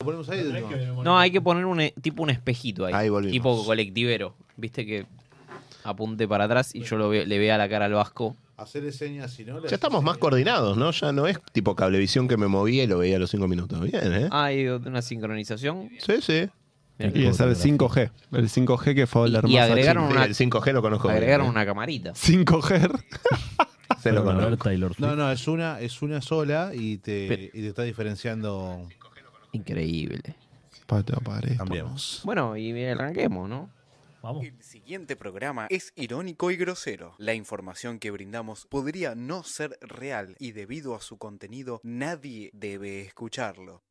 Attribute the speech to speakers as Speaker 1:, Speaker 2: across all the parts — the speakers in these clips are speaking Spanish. Speaker 1: Lo ponemos ahí de nuevo.
Speaker 2: No, hay que poner un e- tipo un espejito ahí.
Speaker 1: Ahí volvimos.
Speaker 2: Tipo colectivero. Viste que apunte para atrás y yo lo ve- le vea la cara al vasco.
Speaker 1: Hacerle señas si no. le
Speaker 3: Ya estamos más coordinados, ¿no? Ya no es tipo cablevisión que me movía y lo veía a los cinco minutos. Bien, ¿eh?
Speaker 2: Ah, Hay una sincronización.
Speaker 3: Sí, sí.
Speaker 2: Bien.
Speaker 4: Y es el 5G. El 5G que fue el hermoso.
Speaker 2: Y agregaron
Speaker 3: Sí,
Speaker 2: una,
Speaker 3: El 5G lo conozco.
Speaker 2: agregaron
Speaker 3: bien,
Speaker 2: una camarita.
Speaker 4: 5G.
Speaker 3: ¿eh? Se lo
Speaker 5: Bueno, a ver,
Speaker 3: conozco.
Speaker 5: Taylor Swift.
Speaker 1: No, no, es una, es una sola y
Speaker 2: Pero-
Speaker 1: te, y te está diferenciando.
Speaker 2: Increíble.
Speaker 4: Pato, pare.
Speaker 1: Cambiemos.
Speaker 2: Bueno, y arranquemos, ¿no?
Speaker 5: Vamos.
Speaker 6: El siguiente programa es irónico y grosero. La información que brindamos podría no ser real y debido a su contenido nadie debe escucharlo.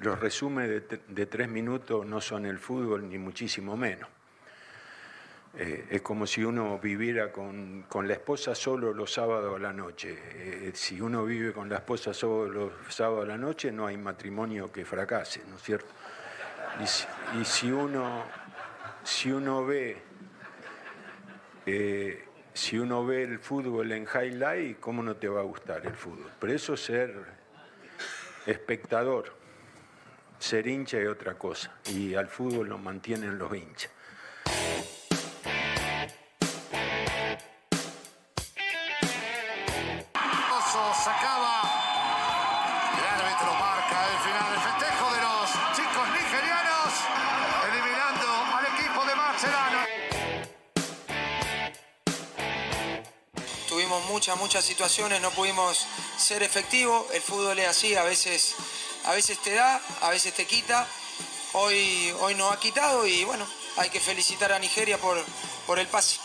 Speaker 7: Los resúmenes de, tre- de tres minutos no son el fútbol, ni muchísimo menos. Eh, es como si uno viviera con, con la esposa solo los sábados a la noche. Eh, si uno vive con la esposa solo los sábados a la noche, no hay matrimonio que fracase, ¿no es cierto? Y si, y si uno, si uno ve... eh, si uno ve el fútbol en highlight, ¿cómo no te va a gustar el fútbol? Pero eso es ser espectador. Ser hincha es otra cosa. Y al fútbol lo mantienen los hinchas.
Speaker 8: sacaba. El árbitro marca el final del festejo de los chicos nigerianos, eliminando al equipo de Barcelona.
Speaker 9: Tuvimos muchas, muchas situaciones, no pudimos ser efectivos. El fútbol es así, a veces, a veces te da, a veces te quita. Hoy, hoy nos ha quitado y bueno, hay que felicitar a Nigeria por, por el pase.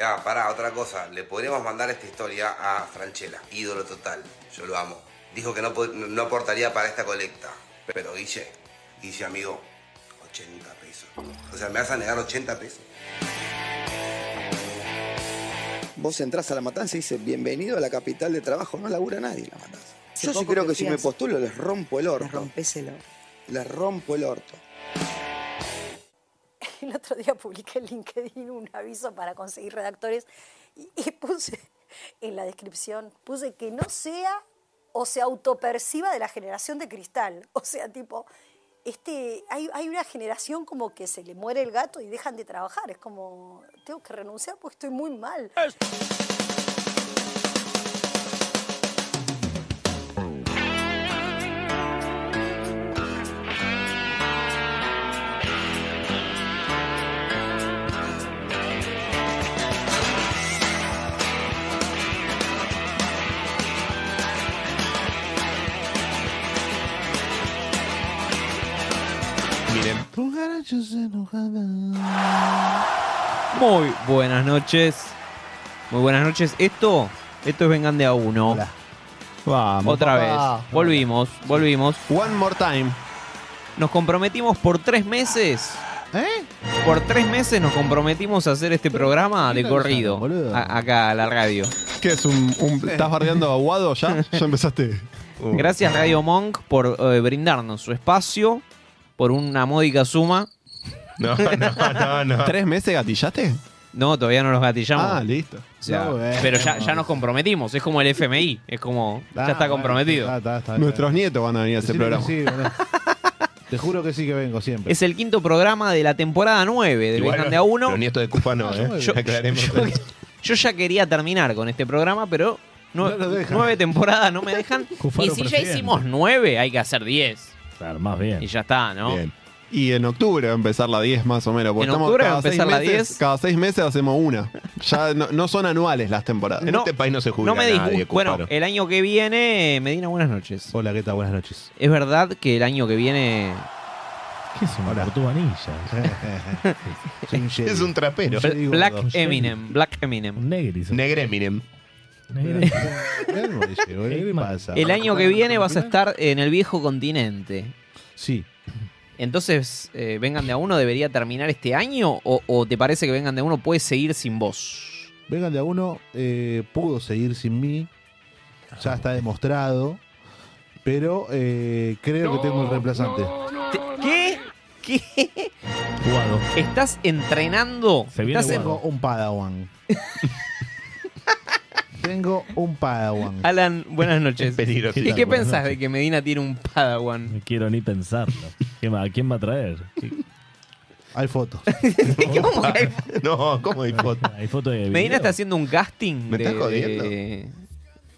Speaker 10: Ah, pará, otra cosa. Le podríamos mandar esta historia a Franchella, ídolo total. Yo lo amo. Dijo que no, po- no aportaría para esta colecta. Pero Guille, Guille, amigo, 80 pesos. O sea, ¿me vas a negar 80 pesos?
Speaker 9: Vos entrás a la matanza y dices, bienvenido a la capital de trabajo, no labura nadie la matanza.
Speaker 8: Yo sí creo que si me
Speaker 9: postulo les rompo el orto.
Speaker 8: Rompéselo.
Speaker 9: Les rompo el orto.
Speaker 8: El otro día publiqué en LinkedIn un aviso para conseguir redactores y, y puse en la descripción, puse que no sea o se autoperciba de la generación de cristal. O sea, tipo, este, hay, hay una generación como que se le muere el gato y dejan de trabajar. Es como, tengo que renunciar porque estoy muy mal.
Speaker 3: Miren,
Speaker 2: Muy buenas noches. Muy buenas noches. Esto, esto es Vengan de a uno.
Speaker 4: Hola. Vamos.
Speaker 2: Otra
Speaker 4: papá.
Speaker 2: vez. Volvimos, volvimos.
Speaker 4: One more time.
Speaker 2: Nos comprometimos por tres meses.
Speaker 1: ¿Eh?
Speaker 2: Por tres meses nos comprometimos a hacer este programa de
Speaker 1: qué
Speaker 2: corrido.
Speaker 1: avisaron, boludo?
Speaker 2: a- acá, a la radio.
Speaker 4: ¿Qué es un. un- ¿Estás bardeando a Guado ya? Ya empezaste.
Speaker 2: Gracias Radio Monk por eh, brindarnos su espacio, por una módica suma.
Speaker 3: No, no, no, no.
Speaker 4: ¿Tres meses gatillaste?
Speaker 2: No, todavía no los gatillamos.
Speaker 4: Ah, listo.
Speaker 2: O sea,
Speaker 1: No, eh,
Speaker 2: pero ya, ya nos comprometimos, es como el FMI, es como, ya está comprometido.
Speaker 4: Nuestros nietos van a venir a
Speaker 1: ese
Speaker 4: este programa.
Speaker 1: Te juro que sí que vengo siempre.
Speaker 2: Es el quinto programa de la temporada 9 de
Speaker 3: Igual
Speaker 2: Vengan de a uno.
Speaker 3: Los nietos de Cufano, ¿eh?
Speaker 2: Yo-
Speaker 3: Aclaremos.
Speaker 2: Yo ya quería terminar con este programa, pero nue-
Speaker 1: No lo dejan.
Speaker 2: nueve temporadas no me dejan.
Speaker 5: Cufaro
Speaker 2: y si ya
Speaker 5: presidente.
Speaker 2: hicimos nueve, hay que hacer diez.
Speaker 5: Claro, más bien.
Speaker 2: Y ya está, ¿no?
Speaker 3: Bien.
Speaker 4: Y en octubre va a empezar la 10 más o menos. porque
Speaker 2: En
Speaker 4: estamos
Speaker 2: octubre va a
Speaker 4: cada seis
Speaker 2: empezar la
Speaker 4: meses-
Speaker 2: 10.
Speaker 4: Cada seis meses hacemos una. Ya no, no son anuales las temporadas.
Speaker 3: En
Speaker 2: No,
Speaker 3: este país no se jubila
Speaker 2: No me disgust-
Speaker 3: nadie,
Speaker 2: Bueno,
Speaker 3: Cufaro.
Speaker 2: el año que viene, Medina, buenas noches.
Speaker 1: Hola, ¿qué tal? Buenas noches.
Speaker 2: Es verdad que el año que viene.
Speaker 5: ¿Qué es una portuganilla?
Speaker 1: Soy un Jedi.
Speaker 3: Es un trapero.
Speaker 1: Yo digo
Speaker 2: Black
Speaker 1: dos.
Speaker 2: Eminem, Black Eminem.
Speaker 5: Un negris.
Speaker 3: Negreminem.
Speaker 5: Negris.
Speaker 1: Claro,
Speaker 3: eh,
Speaker 1: dice, boludo, ¿Qué le pasa?
Speaker 2: El año que viene vas a estar en el viejo continente.
Speaker 1: Sí.
Speaker 2: Entonces, eh, Vengan de a uno debería terminar este año o, o te parece que Vengan de a uno puede seguir sin vos.
Speaker 1: Vengan de a uno, eh, pudo seguir sin mí. Ya está demostrado. Pero eh, creo que tengo el reemplazante.
Speaker 2: ¿Qué? ¿Qué?
Speaker 5: Guado.
Speaker 2: ¿Estás entrenando?
Speaker 5: Se viene
Speaker 2: ¿Estás en-
Speaker 1: Tengo un Padawan. Tengo un Padawan.
Speaker 2: Alan, buenas noches.
Speaker 3: Peligroso.
Speaker 2: ¿Y
Speaker 5: tal?
Speaker 2: qué
Speaker 5: Buenas
Speaker 2: pensás
Speaker 5: noches.
Speaker 2: de que Medina tiene un Padawan?
Speaker 5: No quiero ni pensarlo. ¿Qué más? ¿A quién va a traer?
Speaker 1: Hay fotos.
Speaker 2: ¿Cómo que hay-
Speaker 3: No, ¿cómo hay foto?
Speaker 5: Hay fotos de. video.
Speaker 2: Medina está haciendo un casting.
Speaker 3: ¿Me
Speaker 2: de-
Speaker 3: estás jodiendo?
Speaker 2: de-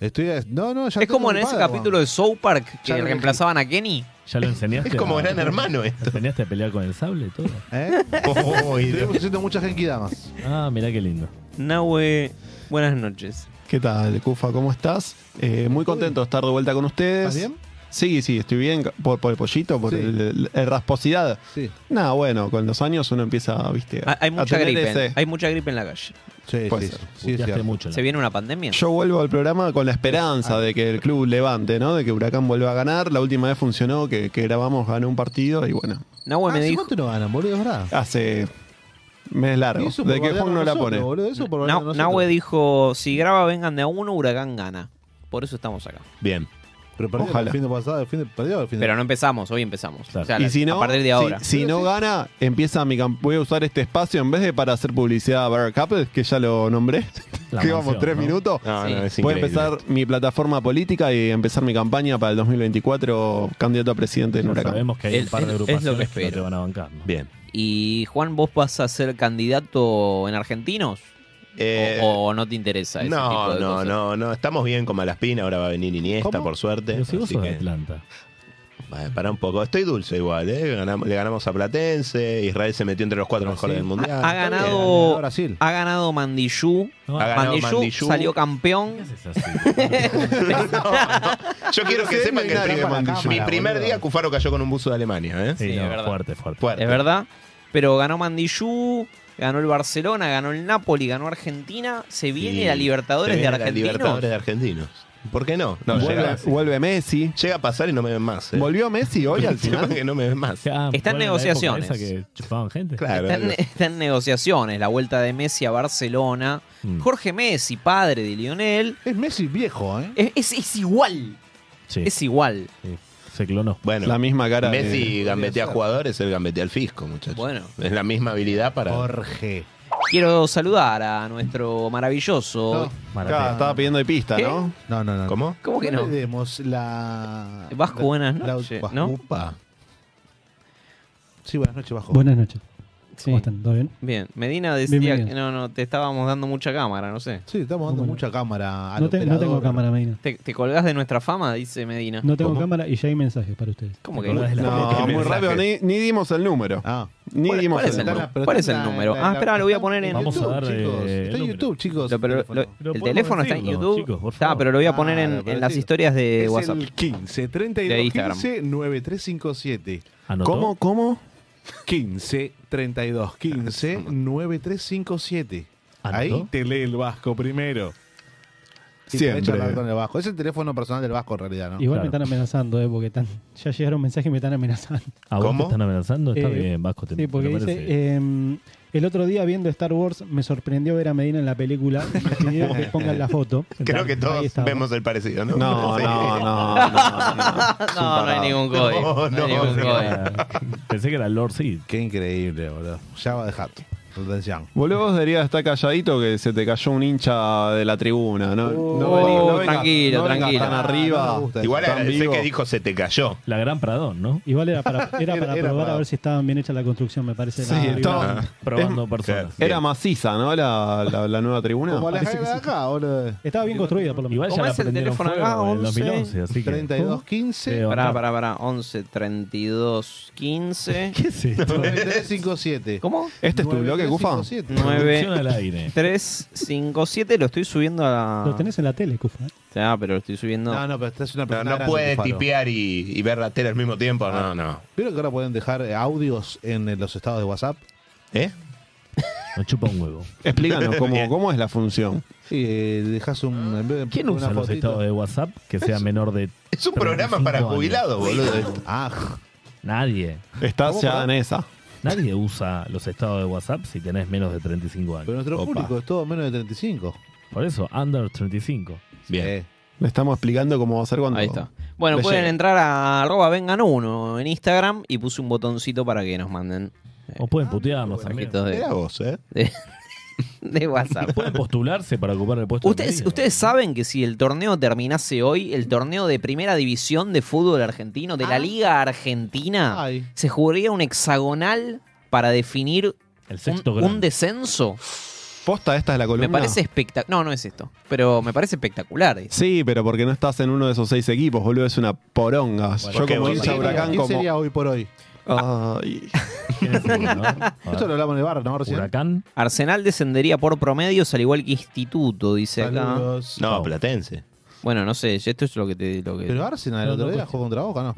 Speaker 1: Estoy a- No, no, ya
Speaker 2: Es como en
Speaker 1: tengo un
Speaker 2: ese
Speaker 1: Padawan.
Speaker 2: capítulo de South Park
Speaker 1: Ya
Speaker 2: que
Speaker 1: lo
Speaker 2: reemplazaban a Kenny.
Speaker 5: ¿Ya lo enseñaste?
Speaker 3: Es como
Speaker 5: a-
Speaker 3: gran hermano esto.
Speaker 5: ¿Enseñaste a pelear con el sable y todo?
Speaker 1: ¿Eh?
Speaker 3: Oh, y
Speaker 1: Estuvimos
Speaker 3: de-
Speaker 1: haciendo muchas genkidamas.
Speaker 5: Ah, mirá qué lindo.
Speaker 2: Nahue, buenas noches.
Speaker 4: ¿Qué tal, Cufa? ¿Cómo estás? Eh, muy contento de estar de vuelta con ustedes.
Speaker 1: ¿Estás bien?
Speaker 4: Sí, sí, estoy bien por, por el pollito, por
Speaker 1: Sí.
Speaker 4: el, el- el rasposidad.
Speaker 1: Sí.
Speaker 4: Nada, bueno, con los años uno empieza, viste,
Speaker 2: Ah, Hay
Speaker 4: a
Speaker 2: mucha
Speaker 4: tener E.
Speaker 2: gripe.
Speaker 4: ese-
Speaker 2: Hay mucha gripe en la calle.
Speaker 1: Sí,
Speaker 4: Puede
Speaker 1: sí,
Speaker 4: ser.
Speaker 1: sí, es
Speaker 5: Puteaste
Speaker 1: cierto.
Speaker 5: mucho. la-
Speaker 2: ¿Se viene una pandemia?
Speaker 4: Yo vuelvo al programa con la
Speaker 1: Ah.
Speaker 4: esperanza de que el club levante, ¿no? De que Huracán vuelva a ganar. La última vez funcionó, que, que grabamos, ganó un partido y bueno,
Speaker 2: Nahue
Speaker 1: Ah,
Speaker 2: me
Speaker 1: ¿hace
Speaker 2: dijo.
Speaker 1: ¿Cuánto no ganan, boludo? Es verdad.
Speaker 4: hace mes largo.
Speaker 1: Y eso por
Speaker 4: De que
Speaker 1: bardearnos
Speaker 4: Juan no la
Speaker 1: nosotros,
Speaker 4: pone.
Speaker 1: boludo, eso por
Speaker 2: Na-
Speaker 1: bardearnos
Speaker 2: Nahue
Speaker 1: nosotros.
Speaker 2: dijo: si graba vengan de a uno, Huracán gana. Por eso estamos acá.
Speaker 3: Bien.
Speaker 1: Pero perdió
Speaker 4: Ojalá.
Speaker 1: el fin de pasado, el fin de perdió el fin de
Speaker 2: Pero no empezamos, hoy empezamos.
Speaker 5: Claro.
Speaker 2: O sea,
Speaker 4: Y si no,
Speaker 2: a partir de ahora.
Speaker 4: Si, si no gana, empieza mi camp- Voy a usar este espacio en vez de para hacer publicidad a Bear Couple, que ya lo nombré.
Speaker 5: La
Speaker 4: que vamos
Speaker 5: mansión,
Speaker 4: tres
Speaker 5: ¿no?
Speaker 4: minutos.
Speaker 3: No,
Speaker 2: Sí.
Speaker 3: no, es
Speaker 4: Voy a
Speaker 3: increíble.
Speaker 4: empezar mi plataforma política y empezar mi campaña para el 2024 candidato a presidente en
Speaker 5: Ya
Speaker 4: Huracán.
Speaker 5: sabemos que hay
Speaker 2: Es-
Speaker 5: un par
Speaker 2: es-
Speaker 5: de
Speaker 2: es lo que
Speaker 5: agrupaciones que, no
Speaker 2: espero.
Speaker 5: te van a bancar. ¿no?
Speaker 3: Bien.
Speaker 2: Y Juan, ¿vos vas a ser candidato en Argentinos?
Speaker 3: Eh,
Speaker 2: o, o no te interesa ese tipo
Speaker 3: no,
Speaker 2: de
Speaker 3: no,
Speaker 2: cosas?
Speaker 3: no, no. Estamos bien con Malaspina. Ahora va a venir Iniesta,
Speaker 1: ¿Cómo?
Speaker 3: por suerte.
Speaker 5: Pero si vos
Speaker 3: así
Speaker 5: sos de
Speaker 3: que-
Speaker 5: Atlanta.
Speaker 3: Vale, para un poco. Estoy dulce igual, ¿eh? Ganam- le ganamos a Platense. Israel se metió entre los cuatro mejores del mundial.
Speaker 2: Ha, ha
Speaker 3: Está bien.
Speaker 2: ganado,
Speaker 1: Ganó Brasil.
Speaker 2: ha ganado Mandillú.
Speaker 5: No,
Speaker 3: Ha ganado
Speaker 2: Mandillú,
Speaker 3: Mandillú.
Speaker 2: salió
Speaker 5: ¿Qué
Speaker 2: campeón.
Speaker 5: haces así?
Speaker 3: Yo quiero que sepan que el
Speaker 1: Millonario,
Speaker 3: primer-
Speaker 1: Mandillú.
Speaker 3: mi primer día Cufaro cayó con un buzo de Alemania, ¿eh?
Speaker 5: Sí,
Speaker 2: Sí,
Speaker 5: no,
Speaker 2: es verdad.
Speaker 5: fuerte, fuerte.
Speaker 3: Fuerte.
Speaker 2: Es verdad. Pero ganó Mandillú, ganó el Barcelona, ganó el Napoli, ganó Argentina. Se viene
Speaker 3: Y
Speaker 2: la
Speaker 3: se
Speaker 2: Libertadores de
Speaker 3: viene la
Speaker 2: Argentinos.
Speaker 3: Libertadores de Argentinos. ¿Por qué no? No, llega,
Speaker 4: vuelve, vuelve Messi.
Speaker 3: llega a pasar y no me ven más. ¿eh?
Speaker 4: Volvió Messi hoy al
Speaker 3: Sepan
Speaker 4: final.
Speaker 3: que no me ven más.
Speaker 5: Ah,
Speaker 2: Está en
Speaker 5: ¿cuál era la época
Speaker 2: negociaciones.
Speaker 5: esa que chupaban gente?
Speaker 3: Claro.
Speaker 2: Está en, está en negociaciones la vuelta de Messi a Barcelona.
Speaker 5: Mm,
Speaker 2: Jorge Messi, padre de Lionel,
Speaker 1: Es Messi viejo, ¿eh?
Speaker 2: es, es- es igual.
Speaker 5: sí,
Speaker 2: Es igual.
Speaker 5: sí. Se clonó.
Speaker 3: Bueno,
Speaker 4: la misma cara. de-
Speaker 3: Messi gambetea
Speaker 1: ser.
Speaker 3: jugadores, él gambetea al fisco, muchachos.
Speaker 2: Bueno.
Speaker 3: Es la misma habilidad para.
Speaker 1: Jorge.
Speaker 2: Quiero saludar a nuestro maravilloso.
Speaker 1: No,
Speaker 4: Claro,
Speaker 5: Maratón.
Speaker 4: estaba pidiendo de pista,
Speaker 2: ¿Qué?
Speaker 4: ¿no?
Speaker 1: no, no. no.
Speaker 3: ¿Cómo?
Speaker 2: ¿Cómo que no?
Speaker 1: le demos la.
Speaker 2: Vasco,
Speaker 1: la-
Speaker 2: buenas
Speaker 1: la-
Speaker 2: noches,
Speaker 1: Vasco.
Speaker 2: ¿no?
Speaker 3: Upa.
Speaker 1: Sí, buenas noches, Vasco.
Speaker 11: Buenas noches.
Speaker 2: Sí.
Speaker 11: ¿Cómo están? ¿Todo bien?
Speaker 2: Bien, Medina decía
Speaker 11: Bienvenido.
Speaker 2: que no, no, te estábamos dando mucha cámara, no sé.
Speaker 1: Sí, estamos dando
Speaker 11: Bueno.
Speaker 1: mucha cámara al
Speaker 11: No, te- no tengo
Speaker 1: operador.
Speaker 11: cámara, Medina.
Speaker 2: Te, te colgás de nuestra fama, dice Medina.
Speaker 11: No tengo
Speaker 3: ¿Cómo?
Speaker 11: cámara y ya hay mensajes para ustedes.
Speaker 2: ¿Cómo que
Speaker 5: ¿Te acordás de la-
Speaker 4: No,
Speaker 3: Qué
Speaker 4: muy
Speaker 3: mensaje.
Speaker 4: rápido. Ni, ni dimos el número.
Speaker 1: Ah.
Speaker 4: Ni
Speaker 2: ¿Cuál-
Speaker 4: dimos
Speaker 2: cuál
Speaker 4: el
Speaker 2: es el
Speaker 4: número.
Speaker 2: número? ¿Cuál es el número? Ah, espera, lo voy a poner en-
Speaker 5: Vamos a dar,
Speaker 1: chicos.
Speaker 5: eh,
Speaker 1: Está en
Speaker 5: el
Speaker 1: YouTube, chicos.
Speaker 2: Lo- pero,
Speaker 1: el teléfono.
Speaker 2: lo-
Speaker 5: Pero
Speaker 2: el
Speaker 5: podemos
Speaker 2: teléfono está en
Speaker 5: decirlo,
Speaker 2: YouTube.
Speaker 5: chicos, por
Speaker 2: está,
Speaker 5: favor.
Speaker 2: pero lo voy a poner
Speaker 1: Claro,
Speaker 2: Ah, en,
Speaker 1: Ah, pero
Speaker 2: en las
Speaker 1: sí.
Speaker 2: historias de
Speaker 1: es
Speaker 2: WhatsApp.
Speaker 1: el 15
Speaker 2: De
Speaker 1: 32
Speaker 2: Instagram.
Speaker 1: 15 9357.
Speaker 5: ¿Anotó?
Speaker 4: ¿Cómo? ¿Cómo?
Speaker 1: 15 32 15 9357.
Speaker 5: Ah, ¿Anotó?
Speaker 1: Ahí te lee el Vasco primero. Y
Speaker 4: Siempre.
Speaker 1: podés charlar con el Vasco. Es el teléfono personal del Vasco en realidad, ¿no?
Speaker 11: Igual
Speaker 5: Claro.
Speaker 11: me están amenazando, ¿eh? Porque están, ya llegaron mensajes y me están amenazando.
Speaker 5: ¿A vos te
Speaker 3: ¿Cómo?
Speaker 5: están amenazando? Está
Speaker 11: Eh,
Speaker 5: bien, Vasco. Te,
Speaker 11: Sí, porque
Speaker 5: me
Speaker 11: dice,
Speaker 5: parece.
Speaker 11: em, el otro día viendo Star Wars me sorprendió ver a Medina en la película y me pidieron que pongan la foto.
Speaker 3: Creo que
Speaker 11: Ahí
Speaker 3: todos
Speaker 11: estaba.
Speaker 3: vemos el parecido, ¿no?
Speaker 4: No,
Speaker 3: Sí.
Speaker 4: no, no. no, no.
Speaker 2: No, no hay ningún código. No,
Speaker 3: No,
Speaker 2: hay
Speaker 3: no,
Speaker 2: ningún
Speaker 3: no.
Speaker 2: código.
Speaker 5: Pensé que era Lord Seed.
Speaker 1: Qué increíble, boludo. Ya va a dejar. Atención.
Speaker 4: Boludo, vos deberías estar calladito que se te cayó un hincha de la tribuna, ¿no? no, vengas- no vengas-
Speaker 2: tranquilo,
Speaker 4: no vengas
Speaker 2: tranquilo.
Speaker 4: Tan
Speaker 1: Ah, no
Speaker 4: arriba.
Speaker 1: me gusta
Speaker 3: Uh, Igual eh,
Speaker 4: Tan
Speaker 3: sé
Speaker 4: vivo.
Speaker 3: que dijo se te cayó.
Speaker 5: La gran Pradón, ¿no?
Speaker 11: Igual era para, era
Speaker 1: Era-
Speaker 11: para
Speaker 1: era
Speaker 11: probar
Speaker 1: para-
Speaker 11: a ver si estaban bien hecha la construcción, me parece. Ah,
Speaker 4: Sí,
Speaker 11: la-
Speaker 4: estaba-
Speaker 5: Probando personas.
Speaker 3: Bien.
Speaker 4: Era maciza, ¿no? La, la, la nueva tribuna.
Speaker 1: Como la
Speaker 11: parece que
Speaker 1: jala de
Speaker 11: sí.
Speaker 1: acá, boludo.
Speaker 11: estaba bien construida, por lo menos.
Speaker 5: Igual ya
Speaker 2: ¿Cómo
Speaker 5: la
Speaker 2: es el
Speaker 5: prendieron
Speaker 2: teléfono
Speaker 5: fuego
Speaker 2: acá?
Speaker 5: en el
Speaker 2: 11,
Speaker 5: 2011, así que...
Speaker 1: 32 15
Speaker 5: Creo.
Speaker 2: Pará, pará, pará. 11, 32, 15.
Speaker 5: ¿Qué es esto?
Speaker 1: 9357.
Speaker 2: ¿Cómo?
Speaker 4: ¿Este es tu bloque, Cufa?
Speaker 1: 9357.
Speaker 5: Producción
Speaker 2: 9,
Speaker 5: al aire.
Speaker 2: 3, 5, 7. Lo estoy subiendo a la.
Speaker 11: Lo tenés en la tele, Cufa. ¿eh?
Speaker 2: Ah, pero lo estoy subiendo.
Speaker 1: No, no, pero esta es una
Speaker 3: No,
Speaker 1: persona
Speaker 3: no
Speaker 1: grande, Ah.
Speaker 3: puede
Speaker 1: Cufaro.
Speaker 3: tipear y, y ver la tele al mismo tiempo. No, no.
Speaker 1: ¿Vieron que ahora pueden dejar eh, audios en eh, los estados de WhatsApp?
Speaker 3: ¿Eh?
Speaker 5: No chupa un huevo.
Speaker 4: Explícanos cómo, cómo es la función.
Speaker 1: Y eh, dejas un. en vez de
Speaker 5: ¿Quién
Speaker 1: una
Speaker 5: usa los
Speaker 1: fotito-
Speaker 5: estados de WhatsApp que sea menor de...
Speaker 3: Es un programa
Speaker 5: 35
Speaker 3: para
Speaker 5: años?
Speaker 3: jubilados, boludo.
Speaker 1: Ah,
Speaker 5: Nadie.
Speaker 4: Estás ya en esa.
Speaker 5: Nadie usa los estados de WhatsApp si tenés menos de 35
Speaker 1: pero
Speaker 5: años.
Speaker 1: nuestro
Speaker 3: Opa.
Speaker 1: público es todo menos de 35.
Speaker 5: Por eso, under 35.
Speaker 3: Bien.
Speaker 1: Eh,
Speaker 4: Le estamos explicando cómo va a ser cuando.
Speaker 2: Ahí está. Bueno,
Speaker 4: Le
Speaker 2: pueden
Speaker 4: llega.
Speaker 2: entrar a arroba vengan uno en Instagram y puse un botoncito para que nos manden
Speaker 5: O
Speaker 4: Ah,
Speaker 5: pueden putearnos también.
Speaker 2: mensajitos de,
Speaker 4: eh.
Speaker 2: de- de WhatsApp.
Speaker 5: Pueden postularse para ocupar el puesto. de
Speaker 2: Ustedes,
Speaker 5: Medina.
Speaker 2: ustedes saben que si el torneo terminase hoy, el torneo de primera división de fútbol argentino, de
Speaker 4: Ah.
Speaker 2: la Liga Argentina, se jugaría un hexagonal para definir
Speaker 5: sexto
Speaker 2: un,
Speaker 5: grande.
Speaker 2: un descenso.
Speaker 4: Posta, esta es la columna.
Speaker 2: Me parece espectacular. No, no es esto. Pero me parece espectacular.
Speaker 4: Sí, pero porque no estás en uno de esos seis equipos, boludo, es una poronga. Yo
Speaker 1: ¿Quién
Speaker 4: como hincha
Speaker 1: sería-
Speaker 4: de huracán
Speaker 1: ¿Quién
Speaker 4: como...
Speaker 1: sería hoy por hoy?
Speaker 4: Ay.
Speaker 1: Esto lo hablamos en el bar, ¿no? Recién.
Speaker 5: Huracán.
Speaker 2: Arsenal descendería por promedios al igual que Instituto, dice
Speaker 1: Saludos.
Speaker 2: acá.
Speaker 3: No, Platense.
Speaker 2: Bueno, no sé, esto es lo que te... Lo que...
Speaker 1: Pero Arsenal el
Speaker 5: No,
Speaker 1: otro
Speaker 5: no,
Speaker 1: día
Speaker 5: pues-
Speaker 1: jugó contra Boca, ¿no?